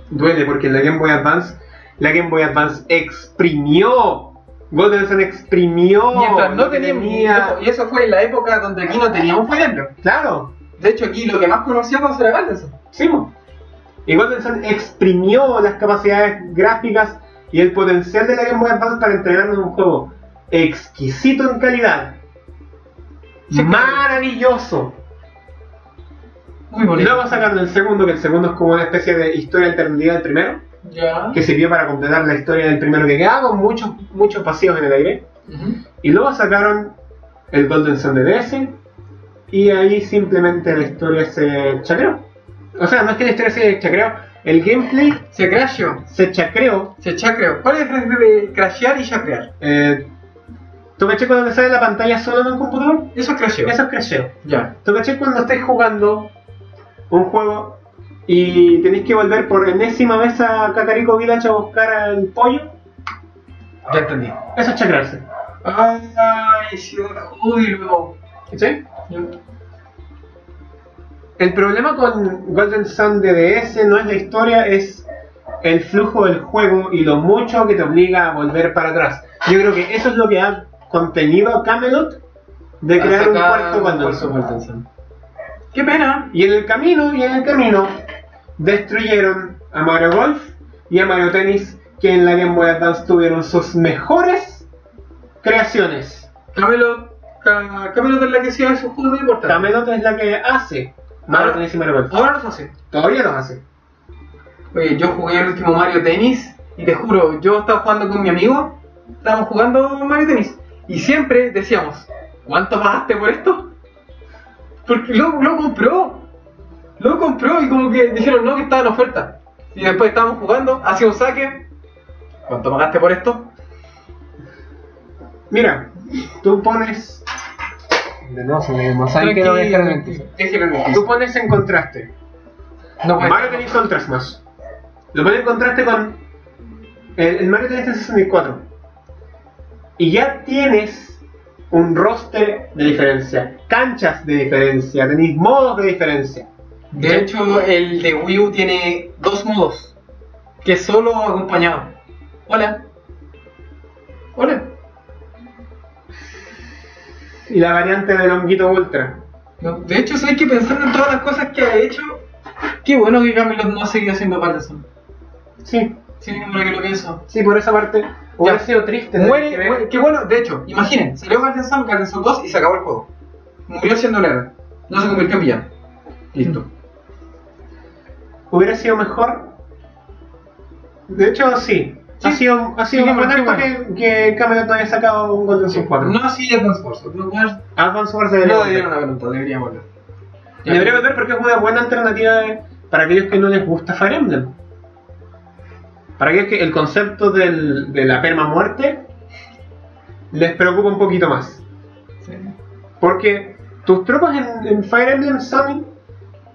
[SPEAKER 1] Duele porque la Game Boy Advance, la Game Boy Advance exprimió. Golden Sun exprimió.
[SPEAKER 3] Mientras no
[SPEAKER 1] lo que
[SPEAKER 3] teníamos.
[SPEAKER 1] tenía.
[SPEAKER 3] Y eso fue en la época donde aquí no teníamos, por ejemplo.
[SPEAKER 1] Claro,
[SPEAKER 3] De hecho, aquí lo que más conocíamos era Golden Sun.
[SPEAKER 1] sí. mo. Y Golden Sun exprimió las capacidades gráficas y el potencial de la Game Boy Advance para entregarnos un juego exquisito en calidad.
[SPEAKER 3] Sí, claro.
[SPEAKER 1] maravilloso.
[SPEAKER 3] Muy
[SPEAKER 1] Y
[SPEAKER 3] bonito.
[SPEAKER 1] luego sacaron el segundo, que el segundo es como una especie de historia alternativa del primero,
[SPEAKER 3] Ya.
[SPEAKER 1] que sirvió para completar la historia del primero, que quedaba con muchos, muchos vacíos en el aire.
[SPEAKER 3] Ujú.
[SPEAKER 1] Y luego sacaron el Golden Sun de DS, y ahí simplemente la historia se chacreó. O sea, no es que la historia se chacreó, el gameplay
[SPEAKER 3] Se crasheó.
[SPEAKER 1] se chacreó.
[SPEAKER 3] Se chacreó. ¿Cuál es la diferencia de crashear y chacrear?
[SPEAKER 1] Eh, ¿Tú caché cuando te sale la pantalla solo en un computador?
[SPEAKER 3] Eso es crasheo.
[SPEAKER 1] Eso es crasheo.
[SPEAKER 3] Ya.
[SPEAKER 1] ¿Tú caché cuando estáis jugando un juego y tenéis que volver por enésima vez a Cacarico Village a buscar al pollo?
[SPEAKER 3] Ya entendí.
[SPEAKER 1] Eso es chacrarse.
[SPEAKER 3] Ah. Ay, ciudad júbilo.
[SPEAKER 1] ¿Cachai? El problema con Golden Sun DDS no es la historia, es el flujo del juego y lo mucho que te obliga a volver para atrás. Yo creo que eso es lo que ha contenido a Camelot de crear un cuarto Golden Sun.
[SPEAKER 3] Golden Sun. Qué pena.
[SPEAKER 1] Y en el camino, y en el camino, destruyeron a Mario Golf y a Mario Tennis, que en la Game Boy Advance tuvieron sus mejores creaciones.
[SPEAKER 3] Camelot. Ca- Camelot es la que hacía esos juegos de deporte.
[SPEAKER 1] Camelot es la que hace Mario
[SPEAKER 3] Ah.
[SPEAKER 1] Tennis y Mario Golf.
[SPEAKER 3] Ahora los hace.
[SPEAKER 1] Todavía los hace.
[SPEAKER 3] Oye, yo jugué el último Mario Tennis y te juro, yo estaba jugando con mi amigo, estábamos jugando Mario Tennis y siempre decíamos, ¿cuánto pagaste por esto? Porque lo, lo compró, lo compró y como que dijeron no, que estaba en oferta. Y después estábamos jugando, hacía un saque, ¿cuánto pagaste por esto?
[SPEAKER 1] Mira, tú pones. De nuevo se me
[SPEAKER 3] Tranquilo, déjalo en el piso.
[SPEAKER 1] Tú pones en contraste.
[SPEAKER 3] No pues. puede
[SPEAKER 1] Mario
[SPEAKER 3] ser.
[SPEAKER 1] Tennis con Trasmash. Lo pones en contraste con. El, el Mario este Tennis de 64. Y ya tienes un roster de diferencia, canchas de diferencia, tenéis modos de diferencia.
[SPEAKER 3] De hecho, el de Wii U tiene dos modos, que es solo o acompañado. Hola. Hola.
[SPEAKER 1] Y la variante del honguito ultra.
[SPEAKER 3] No, de hecho, si hay que pensar en todas las cosas que ha hecho, qué bueno que Camelot no ha seguido haciendo Patterson.
[SPEAKER 1] Sí,
[SPEAKER 3] Sin ninguna que lo pienso.
[SPEAKER 1] sí, por esa parte. Hubiera
[SPEAKER 3] Ya.
[SPEAKER 1] sido triste. tener que
[SPEAKER 3] Muere,
[SPEAKER 1] ver-
[SPEAKER 3] muere, qué bueno, de hecho, imaginen, salió Patterson, Patterson 2 y se acabó el juego. Murió siendo héroe. No se convirtió en villano. Listo.
[SPEAKER 1] hubiera sido mejor. De hecho, sí. Ha
[SPEAKER 3] Sí.
[SPEAKER 1] sido, ha sido
[SPEAKER 3] Sí,
[SPEAKER 1] un buen
[SPEAKER 3] bueno,
[SPEAKER 1] acto
[SPEAKER 3] sí,
[SPEAKER 1] que, que Camelot no haya sacado un Golden Sun 4.
[SPEAKER 3] No así de Transforce. No, no
[SPEAKER 1] Advance Wars debería volver.
[SPEAKER 3] debería haber notado, debería volver.
[SPEAKER 1] Y debería volver porque es una buena alternativa de- para aquellos que no les gusta Fire Emblem. Para aquellos que el concepto del- de la perma muerte les preocupa un poquito más.
[SPEAKER 3] Sí.
[SPEAKER 1] Porque tus tropas en, en Fire Emblem son,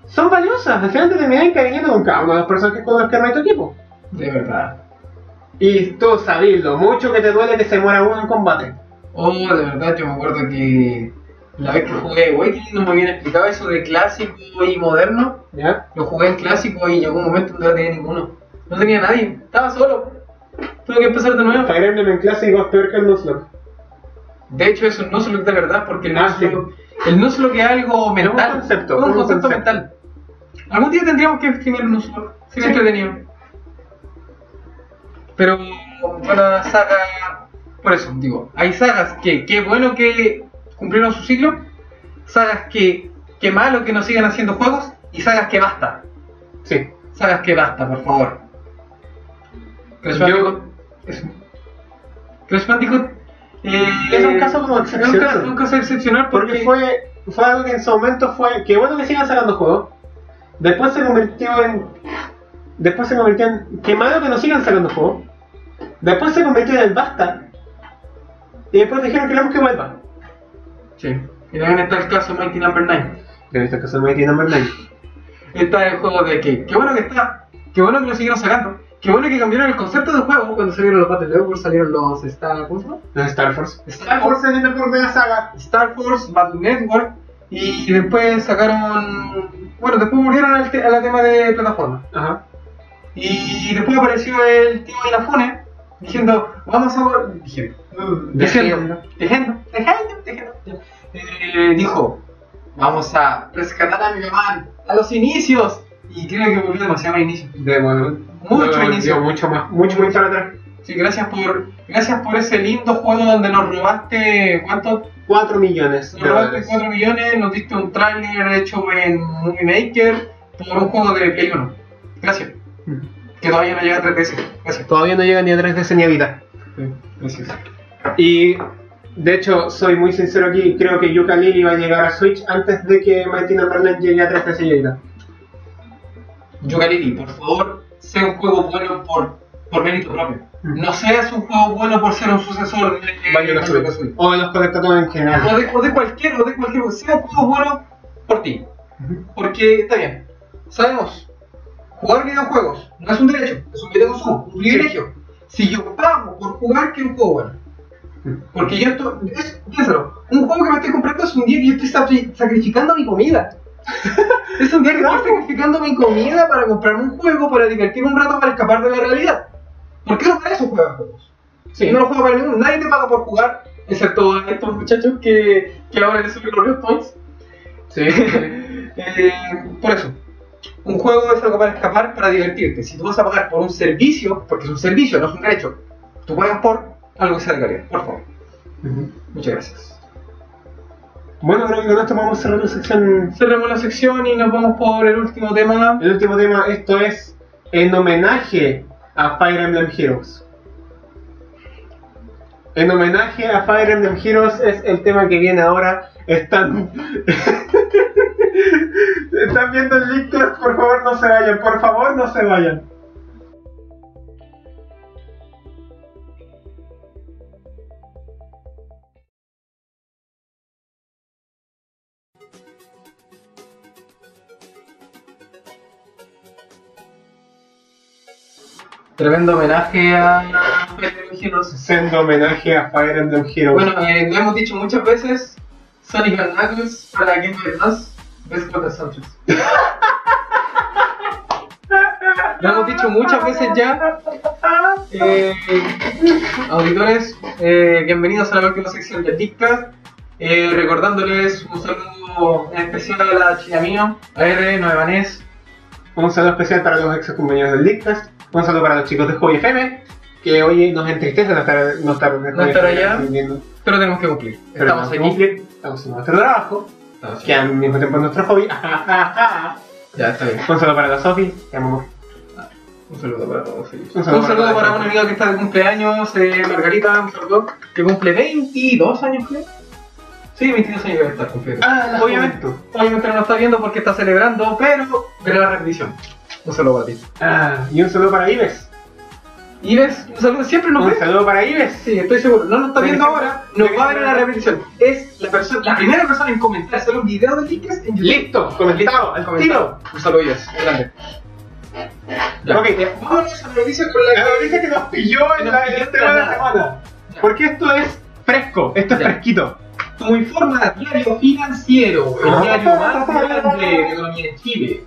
[SPEAKER 1] son valiosas. Al final te terminas encariñando con cada uno de los personajes con los que no hay tu equipo.
[SPEAKER 3] De verdad.
[SPEAKER 1] Y tú sabes lo mucho que te duele que se muera uno en combate.
[SPEAKER 3] Oh, de verdad, yo me acuerdo que la vez que jugué Awakening no me habían explicado eso de clásico y moderno.
[SPEAKER 1] ¿Ya?
[SPEAKER 3] Lo jugué en clásico y llegó un momento donde no tenía ninguno. No tenía nadie, estaba solo. Tuve que empezar de nuevo.
[SPEAKER 1] Fire Emblem en clásico es peor que el Nuzlocke.
[SPEAKER 3] De hecho, eso no es lo de verdad, porque el
[SPEAKER 1] Ah,
[SPEAKER 3] Nuzlocke- el Nuzlocke es algo mental.
[SPEAKER 1] concepto,
[SPEAKER 3] es un
[SPEAKER 1] un
[SPEAKER 3] concepto
[SPEAKER 1] concepto.
[SPEAKER 3] mental. Algún día tendríamos que streamear un Nuzlocke, sería
[SPEAKER 1] Sí.
[SPEAKER 3] entretenido. Pero para saga. Por eso, digo, hay sagas que qué bueno que cumplieron su ciclo, sagas que qué malo que no sigan haciendo juegos y sagas que basta.
[SPEAKER 1] Sí.
[SPEAKER 3] Sagas que basta, por favor. Crash
[SPEAKER 1] Yo-
[SPEAKER 3] Bandicoot. es- Crash Bandicoot. eh,
[SPEAKER 1] Es un caso como
[SPEAKER 3] es un caso, un
[SPEAKER 1] excepcional.
[SPEAKER 3] caso excepcional porque,
[SPEAKER 1] Porque fue, fue algo que en su momento fue. Que bueno que sigan sacando juegos. Después se convirtió en. Después se convirtió en. Que malo que no sigan sacando juegos. Después se convirtió en el basta. Y después dijeron que queremos que vuelva.
[SPEAKER 3] Sí. Y también está el caso Mighty Number 9.
[SPEAKER 1] En este caso, Mighty Number 9.
[SPEAKER 3] Está el juego de que, qué bueno que está, qué bueno que lo siguieron sacando, qué bueno que cambiaron el concepto del juego cuando salieron los Battle Network, salieron los Star, ¿cómo se llama?
[SPEAKER 1] Los Star Force.
[SPEAKER 3] Star Force
[SPEAKER 1] es la primera saga.
[SPEAKER 3] Star Force, Battle Network, y después sacaron. Bueno, después volvieron al, te- a la tema de plataforma.
[SPEAKER 1] Ajá.
[SPEAKER 3] Y después apareció el tío Inafune diciendo: Vamos a. vol-" Diciendo, diciendo, diciendo, diciendo, diciendo, eh, dijo: Vamos a rescatar a Mega Man a los inicios. Y creo que volvió demasiado a inicios.
[SPEAKER 1] De bueno.
[SPEAKER 3] Mucho
[SPEAKER 1] no,
[SPEAKER 3] inicio.
[SPEAKER 1] dio Mucho más. Mucho, muy para atrás.
[SPEAKER 3] Sí, gracias por, gracias por ese lindo juego donde nos robaste. ¿Cuánto?
[SPEAKER 1] 4 millones de
[SPEAKER 3] Nos robaste
[SPEAKER 1] dólares.
[SPEAKER 3] 4 millones, nos diste un tráiler hecho en Movie Maker por un juego de Play 1. Gracias.
[SPEAKER 1] Mm.
[SPEAKER 3] Que todavía no llega a 3DS. Gracias.
[SPEAKER 1] Todavía no llega ni a 3 ni a Vita.
[SPEAKER 3] Gracias.
[SPEAKER 1] Y de hecho, soy muy sincero aquí, creo que Yuka Lily va a llegar a Switch antes de que Mighty No. 9 llegue a 3 y a Vita.
[SPEAKER 3] Yogalili, por favor, sea un juego bueno por, por mérito propio. No seas un juego bueno por ser un sucesor de
[SPEAKER 1] Banjo Kazooie.
[SPEAKER 3] Banjo-Kazooie.
[SPEAKER 1] O de los colectores en general.
[SPEAKER 3] O de, o de cualquier, o de cualquier, sea un juego bueno por ti. Porque está bien, sabemos, jugar videojuegos no es un derecho, es un videojuego, un privilegio. Si yo pago por jugar, quiero un juego bueno. Porque yo esto, es, piénsalo, un juego que me estoy comprando es un día que yo estoy sacri- sacrificando mi comida. es un día que estoy sacrificando mi comida para comprarme un juego, para divertirme un rato, para escapar de la realidad. ¿Por qué no para eso juegas juegos?
[SPEAKER 1] Sí.
[SPEAKER 3] No lo juega para ninguno, nadie te paga por jugar, excepto a estos muchachos que, que ahora les suben los points.
[SPEAKER 1] Sí.
[SPEAKER 3] Eh, por eso, un juego es algo para escapar, para divertirte. Si tú vas a pagar por un servicio, porque es un servicio, no es un derecho, tú pagas por algo que sea de calidad, por favor. Muchas gracias.
[SPEAKER 1] bueno, creo que con esto vamos a cerrar la sección.
[SPEAKER 3] Cerramos la sección y nos vamos por el último tema.
[SPEAKER 1] El último tema, esto es en homenaje a Fire Emblem Heroes. En homenaje a Fire Emblem Heroes es el tema que viene ahora. Están. Están viendo el link, por favor no se vayan, por favor no se vayan.
[SPEAKER 3] Tremendo homenaje a Pedro Giros.
[SPEAKER 1] Sendo homenaje a Fire Emblem Heroes.
[SPEAKER 3] Bueno, eh, lo hemos dicho muchas veces, Sonic and Knuckles para Game Boy Advance, Best Contra Soundtracks. Lo hemos dicho muchas veces ya. Eh, auditores, eh, bienvenidos a la última sección de TikTok. Eh, recordándoles un saludo en especial a la China Mía, a R, Nueva Nes,
[SPEAKER 1] Un saludo especial para los ex compañeros del Leakcast. Un saludo para los chicos de Hobby FM, que hoy nos entristece no estar, no estar,
[SPEAKER 3] No estar allá.
[SPEAKER 1] Viendo,
[SPEAKER 3] pero tenemos que cumplir.
[SPEAKER 1] pero
[SPEAKER 3] Estamos
[SPEAKER 1] no,
[SPEAKER 3] aquí.
[SPEAKER 1] cumplir, Estamos en nuestro trabajo,
[SPEAKER 3] Estamos
[SPEAKER 1] que
[SPEAKER 3] aquí.
[SPEAKER 1] al mismo tiempo es nuestro hobby.
[SPEAKER 3] Ya, está bien.
[SPEAKER 1] un saludo para la Sofi, te amamos.
[SPEAKER 3] Un saludo para todos ellos.
[SPEAKER 1] Un
[SPEAKER 3] Un
[SPEAKER 1] saludo
[SPEAKER 3] saludo,
[SPEAKER 1] para
[SPEAKER 3] para,
[SPEAKER 1] todos.
[SPEAKER 3] un amigo que está de cumpleaños, eh, Margarita, un saludo, que cumple 22 años, creo. Sí, 22 años debe estar cumpliendo. obviamente,
[SPEAKER 1] juventud.
[SPEAKER 3] obviamente no lo está viendo porque está celebrando, pero verá la repetición. Un saludo para ti.
[SPEAKER 1] Ah, y un saludo para Ives.
[SPEAKER 3] Y ves, un saludo, siempre nos
[SPEAKER 1] Un
[SPEAKER 3] ve.
[SPEAKER 1] saludo para Ives.
[SPEAKER 3] Sí, estoy seguro. No lo está viendo ahora, nos va a ver en la repetición. Es la, persona, la primera persona en comentar solo un video de Lickers en YouTube.
[SPEAKER 1] Listo, comentado, al tiro.
[SPEAKER 3] Comentado. Un saludo, Ives. Grande. Ya.
[SPEAKER 1] Ok.
[SPEAKER 3] Ya, Vámonos a la repetición con
[SPEAKER 1] La
[SPEAKER 3] la
[SPEAKER 1] noticia que nos pilló en
[SPEAKER 3] Que nos
[SPEAKER 1] la,
[SPEAKER 3] pilló
[SPEAKER 1] el
[SPEAKER 3] en
[SPEAKER 1] tema de la
[SPEAKER 3] la-
[SPEAKER 1] semana.
[SPEAKER 3] Ya.
[SPEAKER 1] Porque esto es fresco, esto es
[SPEAKER 3] Ya.
[SPEAKER 1] fresquito.
[SPEAKER 3] Como informa Diario Financiero, el
[SPEAKER 1] Ah.
[SPEAKER 3] diario más grande de economía en Chile,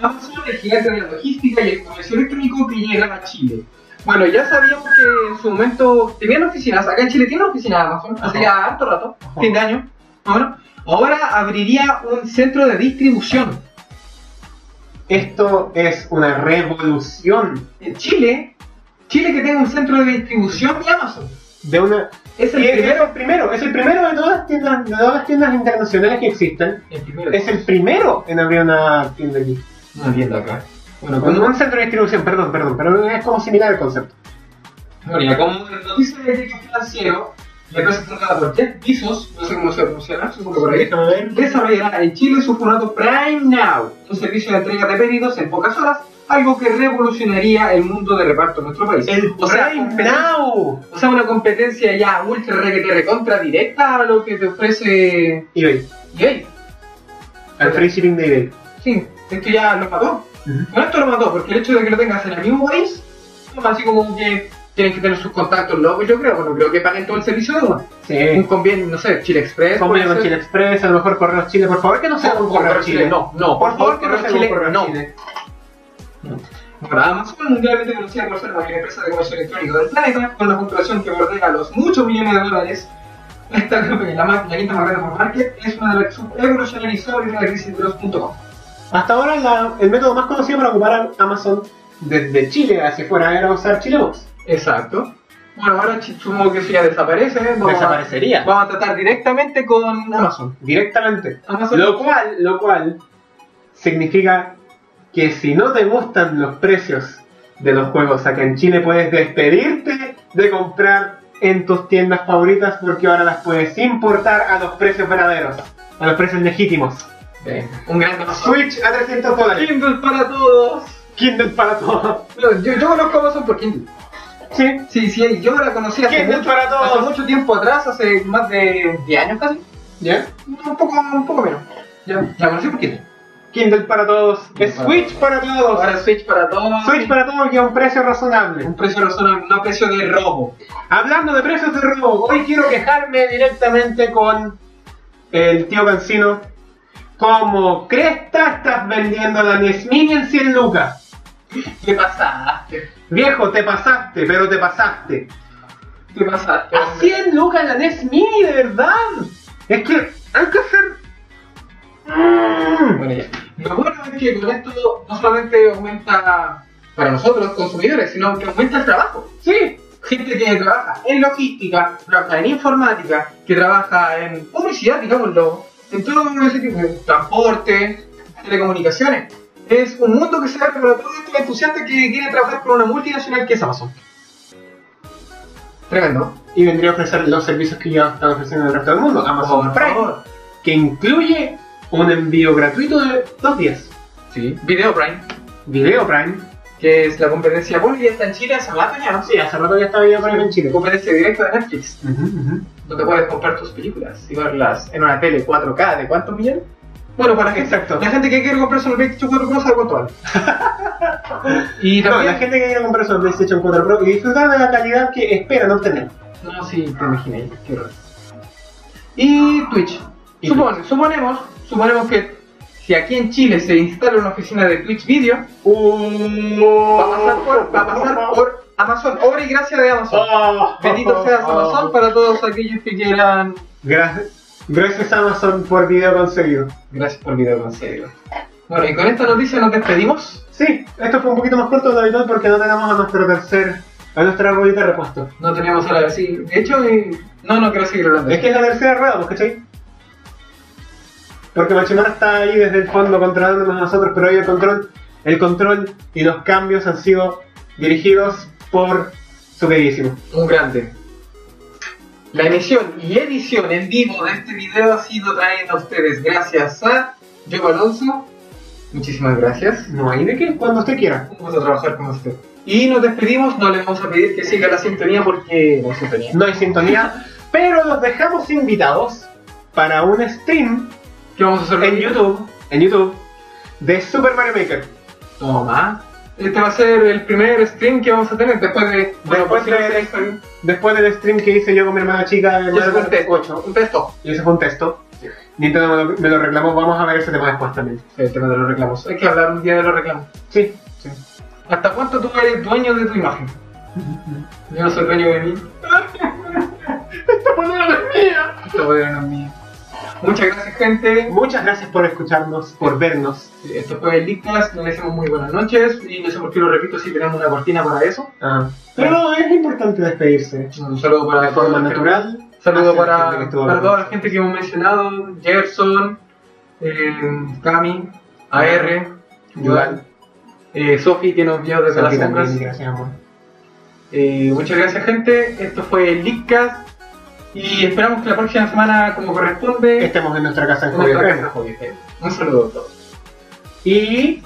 [SPEAKER 3] Amazon, el gigante de la logística y el comercio electrónico que llega a Chile. Bueno, ya sabíamos que en su momento tenían oficinas, acá en Chile tiene oficina de Amazon, hace ya harto rato, fin de año. Bueno, ahora abriría un centro de distribución.
[SPEAKER 1] Esto es una revolución.
[SPEAKER 3] En Chile, Chile que tenga un centro de distribución de Amazon.
[SPEAKER 1] de una.
[SPEAKER 3] Es el
[SPEAKER 1] y es- es
[SPEAKER 3] primero.
[SPEAKER 1] el primero, es el primero de todas las tiendas, de todas las tiendas internacionales que existen.
[SPEAKER 3] El primero.
[SPEAKER 1] Es el primero en abrir una tienda aquí.
[SPEAKER 3] Una tienda acá. Bueno,
[SPEAKER 1] Con
[SPEAKER 3] como,
[SPEAKER 1] un centro de distribución, perdón, perdón, pero es como similar el concepto.
[SPEAKER 3] bueno, ya como noticia de derecho financiero, la empresa fundada por Jeff Bezos, no sé cómo se pronunciará, supongo que por ahí,
[SPEAKER 1] Déjame ver.
[SPEAKER 3] desarrollará en Chile su formato Prime Now, un servicio de entrega de pedidos en pocas horas, algo que revolucionaría el mundo de reparto en nuestro país.
[SPEAKER 1] El
[SPEAKER 3] o sea,
[SPEAKER 1] Prime Now.
[SPEAKER 3] O sea, una competencia ya ultra requete recontra directa a lo que te ofrece
[SPEAKER 1] eBay.
[SPEAKER 3] eBay.
[SPEAKER 1] Al free shipping de eBay.
[SPEAKER 3] Sí, esto ya lo mató.
[SPEAKER 1] Ujú.
[SPEAKER 3] Bueno, esto lo mató, porque el hecho de que lo tengas en el mismo país, es así como que tienen que tener sus contactos locos, yo creo, no creo que paguen todo el servicio de uno. Un
[SPEAKER 1] Sí.
[SPEAKER 3] convenio, no sé, Chile Express.
[SPEAKER 1] Convenio
[SPEAKER 3] puede
[SPEAKER 1] con
[SPEAKER 3] ser.
[SPEAKER 1] Chile Express, a lo mejor Correos Chile, por favor que no sea
[SPEAKER 3] No,
[SPEAKER 1] un Correo Chile.
[SPEAKER 3] No, no,
[SPEAKER 1] Por favor que no
[SPEAKER 3] Correos
[SPEAKER 1] sea un Correo
[SPEAKER 3] no.
[SPEAKER 1] Chile.
[SPEAKER 3] Bueno, Amazon mundialmente conocida por ser la mayor empresa de comercio electrónico del planeta, con una facturación que bordea los muchos millones de dólares. Esta, la, ma- la quinta más grande por market, es una de las subrevolucionarizadoras de la crisis de los .com.
[SPEAKER 1] Hasta ahora la- el método más conocido para ocupar a Amazon desde Chile hacia afuera era usar Chilebox.
[SPEAKER 3] Exacto. Bueno, ahora ch- supongo que eso ya desaparece. ¿eh? Vamos, A,
[SPEAKER 1] Desaparecería.
[SPEAKER 3] vamos a tratar directamente con Amazon.
[SPEAKER 1] Directamente.
[SPEAKER 3] Amazon
[SPEAKER 1] Lo cual, lo cual significa que si no te gustan los precios de los juegos acá en Chile, puedes despedirte de comprar en tus tiendas favoritas porque ahora las puedes importar a los precios verdaderos, a los precios legítimos.
[SPEAKER 3] Eh, un gran Amazon.
[SPEAKER 1] Switch a 300 dólares,
[SPEAKER 3] Kindle para todos.
[SPEAKER 1] Kindle para todos.
[SPEAKER 3] Bueno, Yo, yo conozco Amazon por Kindle.
[SPEAKER 1] Sí,
[SPEAKER 3] Sí, sí, yo la conocí hace
[SPEAKER 1] Kindle
[SPEAKER 3] mucho,
[SPEAKER 1] para todos.
[SPEAKER 3] hace mucho tiempo atrás, hace más de 10 años casi.
[SPEAKER 1] ¿ya?
[SPEAKER 3] Un poco, un poco menos. Ya, la conocí por Kindle.
[SPEAKER 1] Kindle para todos,
[SPEAKER 3] Kindle
[SPEAKER 1] es
[SPEAKER 3] para
[SPEAKER 1] Switch para todos.
[SPEAKER 3] Ahora Switch para todos.
[SPEAKER 1] Switch para todos que a un precio razonable.
[SPEAKER 3] Un precio razonable, no precio de robo.
[SPEAKER 1] Hablando de precios de robo, hoy quiero quejarme directamente con el tío Cancino. Como cresta estás vendiendo la NES Mini en 100 lucas.
[SPEAKER 3] Te pasaste.
[SPEAKER 1] Viejo, te pasaste, pero te pasaste.
[SPEAKER 3] Te pasaste.
[SPEAKER 1] A 100 lucas la NES Mini, de verdad. Es que hay que hacer... Mm.
[SPEAKER 3] Bueno, ya. Lo bueno es que con esto no solamente aumenta para nosotros, consumidores, sino que aumenta el trabajo.
[SPEAKER 1] Sí,
[SPEAKER 3] Gente que trabaja en logística, trabaja en informática, que trabaja en publicidad, digámoslo, en todo ese tipo de transporte, telecomunicaciones. Es un mundo que se abre para todos estos entusiastas que quieren trabajar con una multinacional que es Amazon. Tremendo.
[SPEAKER 1] y vendría a ofrecer los servicios que ya están ofreciendo el resto del mundo. Amazon
[SPEAKER 3] Por
[SPEAKER 1] Prime,
[SPEAKER 3] favor.
[SPEAKER 1] que incluye un envío gratuito de dos días.
[SPEAKER 3] Sí. Video Prime,
[SPEAKER 1] Video Prime.
[SPEAKER 3] que es la competencia, bueno, ya está en Chile hace rato ya, ¿no?
[SPEAKER 1] Sí, hace rato ya estaba Video Prime en Chile.
[SPEAKER 3] Competencia directa de Netflix.
[SPEAKER 1] Ujú, ujú.
[SPEAKER 3] donde puedes comprar tus películas y verlas en una tele 4K de cuántos millones? Bueno, para la gente,
[SPEAKER 1] Exacto.
[SPEAKER 3] la gente que quiere comprarse los 24 Pro sabe cuánto vale. y
[SPEAKER 1] No, la
[SPEAKER 3] también.
[SPEAKER 1] gente que quiere comprar su PlayStation 4 Pro y disfrutar de la calidad que esperan obtener.
[SPEAKER 3] No, sí, te imaginé, qué horror. Y Twitch.
[SPEAKER 1] Y
[SPEAKER 3] Supone- Suponemos, suponemos que si aquí en Chile se instala una oficina de Twitch Video, va a pasar por, va a pasar por Amazon, obra y gracia de Amazon.
[SPEAKER 1] Oh,
[SPEAKER 3] Bendito seas Amazon para todos aquellos que quieran.
[SPEAKER 1] Gracias, gracias Amazon por video conseguido.
[SPEAKER 3] Gracias por video conseguido. Bueno, y con esta noticia nos despedimos.
[SPEAKER 1] Sí, esto fue un poquito más corto de lo habitual porque no tenemos a nuestro tercer, a nuestra ruedita de repuesto.
[SPEAKER 3] No teníamos a la sí. De hecho, eh, no, no quiero seguir hablando.
[SPEAKER 1] Es que es la tercera rueda, ¿vos cachai? Porque Machimara está ahí desde el fondo controlándonos a nosotros, pero hoy el control, el control y los cambios han sido dirigidos por su queridísimo.
[SPEAKER 3] un grande. La emisión y edición en vivo de este video ha sido traída a ustedes gracias a Diego Alonso. Muchísimas gracias.
[SPEAKER 1] No hay de qué, cuando usted quiera.
[SPEAKER 3] Un gusto trabajar con usted. Y nos despedimos, no le vamos a pedir que siga la sintonía porque no hay sintonía.
[SPEAKER 1] No hay sintonía, pero los dejamos invitados para un stream
[SPEAKER 3] ¿Qué vamos a hacer?
[SPEAKER 1] en YouTube, en YouTube, de Super Mario Maker.
[SPEAKER 3] Toma. Este va a ser el primer stream que vamos a tener después de...
[SPEAKER 1] Después
[SPEAKER 3] por si no
[SPEAKER 1] de-
[SPEAKER 3] se hizo-
[SPEAKER 1] Después del stream que hice yo con mi hermana chica en
[SPEAKER 3] Yo hice un
[SPEAKER 1] Mario
[SPEAKER 3] texto,
[SPEAKER 1] 8,
[SPEAKER 3] un texto.
[SPEAKER 1] y ese fue un texto. Nintendo me lo, me lo reclamó, vamos a ver ese tema después también.
[SPEAKER 3] El tema de los reclamos. Hay que hablar un día de los reclamos.
[SPEAKER 1] Sí, sí.
[SPEAKER 3] ¿Hasta cuánto tú eres dueño de tu imagen? Yo no soy dueño de mí.
[SPEAKER 1] ¡Esta polera no es mía!
[SPEAKER 3] Esto no es mío. Muchas gracias, gente.
[SPEAKER 1] Muchas gracias por escucharnos, por vernos.
[SPEAKER 3] Esto fue el Leakcast. Les deseamos muy buenas noches. Y no sé por qué lo repito si tenemos una cortina para eso.
[SPEAKER 1] Ah, Pero es importante despedirse.
[SPEAKER 3] Un saludo para
[SPEAKER 1] De forma natural.
[SPEAKER 3] Saludo
[SPEAKER 1] hacia la
[SPEAKER 3] para,
[SPEAKER 1] gente que estuvo
[SPEAKER 3] para
[SPEAKER 1] hablando.
[SPEAKER 3] toda la gente que hemos mencionado: Gerson, eh, Cami, AR, Joan, eh, Sofi, que nos vio desde las
[SPEAKER 1] Aquí también,
[SPEAKER 3] sombras.
[SPEAKER 1] gracias, amor.
[SPEAKER 3] Eh, muchas gracias, gente. Esto fue el Leakcast. Y esperamos que la próxima semana, como corresponde,
[SPEAKER 1] Estemos en nuestra casa en
[SPEAKER 3] en nuestra
[SPEAKER 1] Jovio
[SPEAKER 3] casa, Hobby Fest. Un saludo a todos.
[SPEAKER 1] Y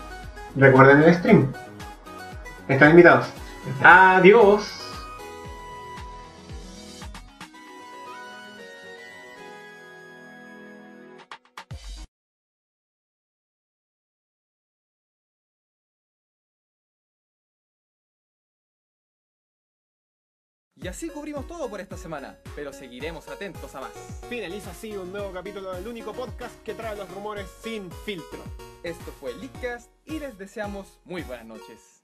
[SPEAKER 1] recuerden el stream. Están invitados. Adiós.
[SPEAKER 2] Y así cubrimos todo por esta semana, pero seguiremos atentos a más.
[SPEAKER 4] Finaliza así un nuevo capítulo del único podcast que trae los rumores sin filtro.
[SPEAKER 2] Esto fue Leakcast y les deseamos muy buenas noches.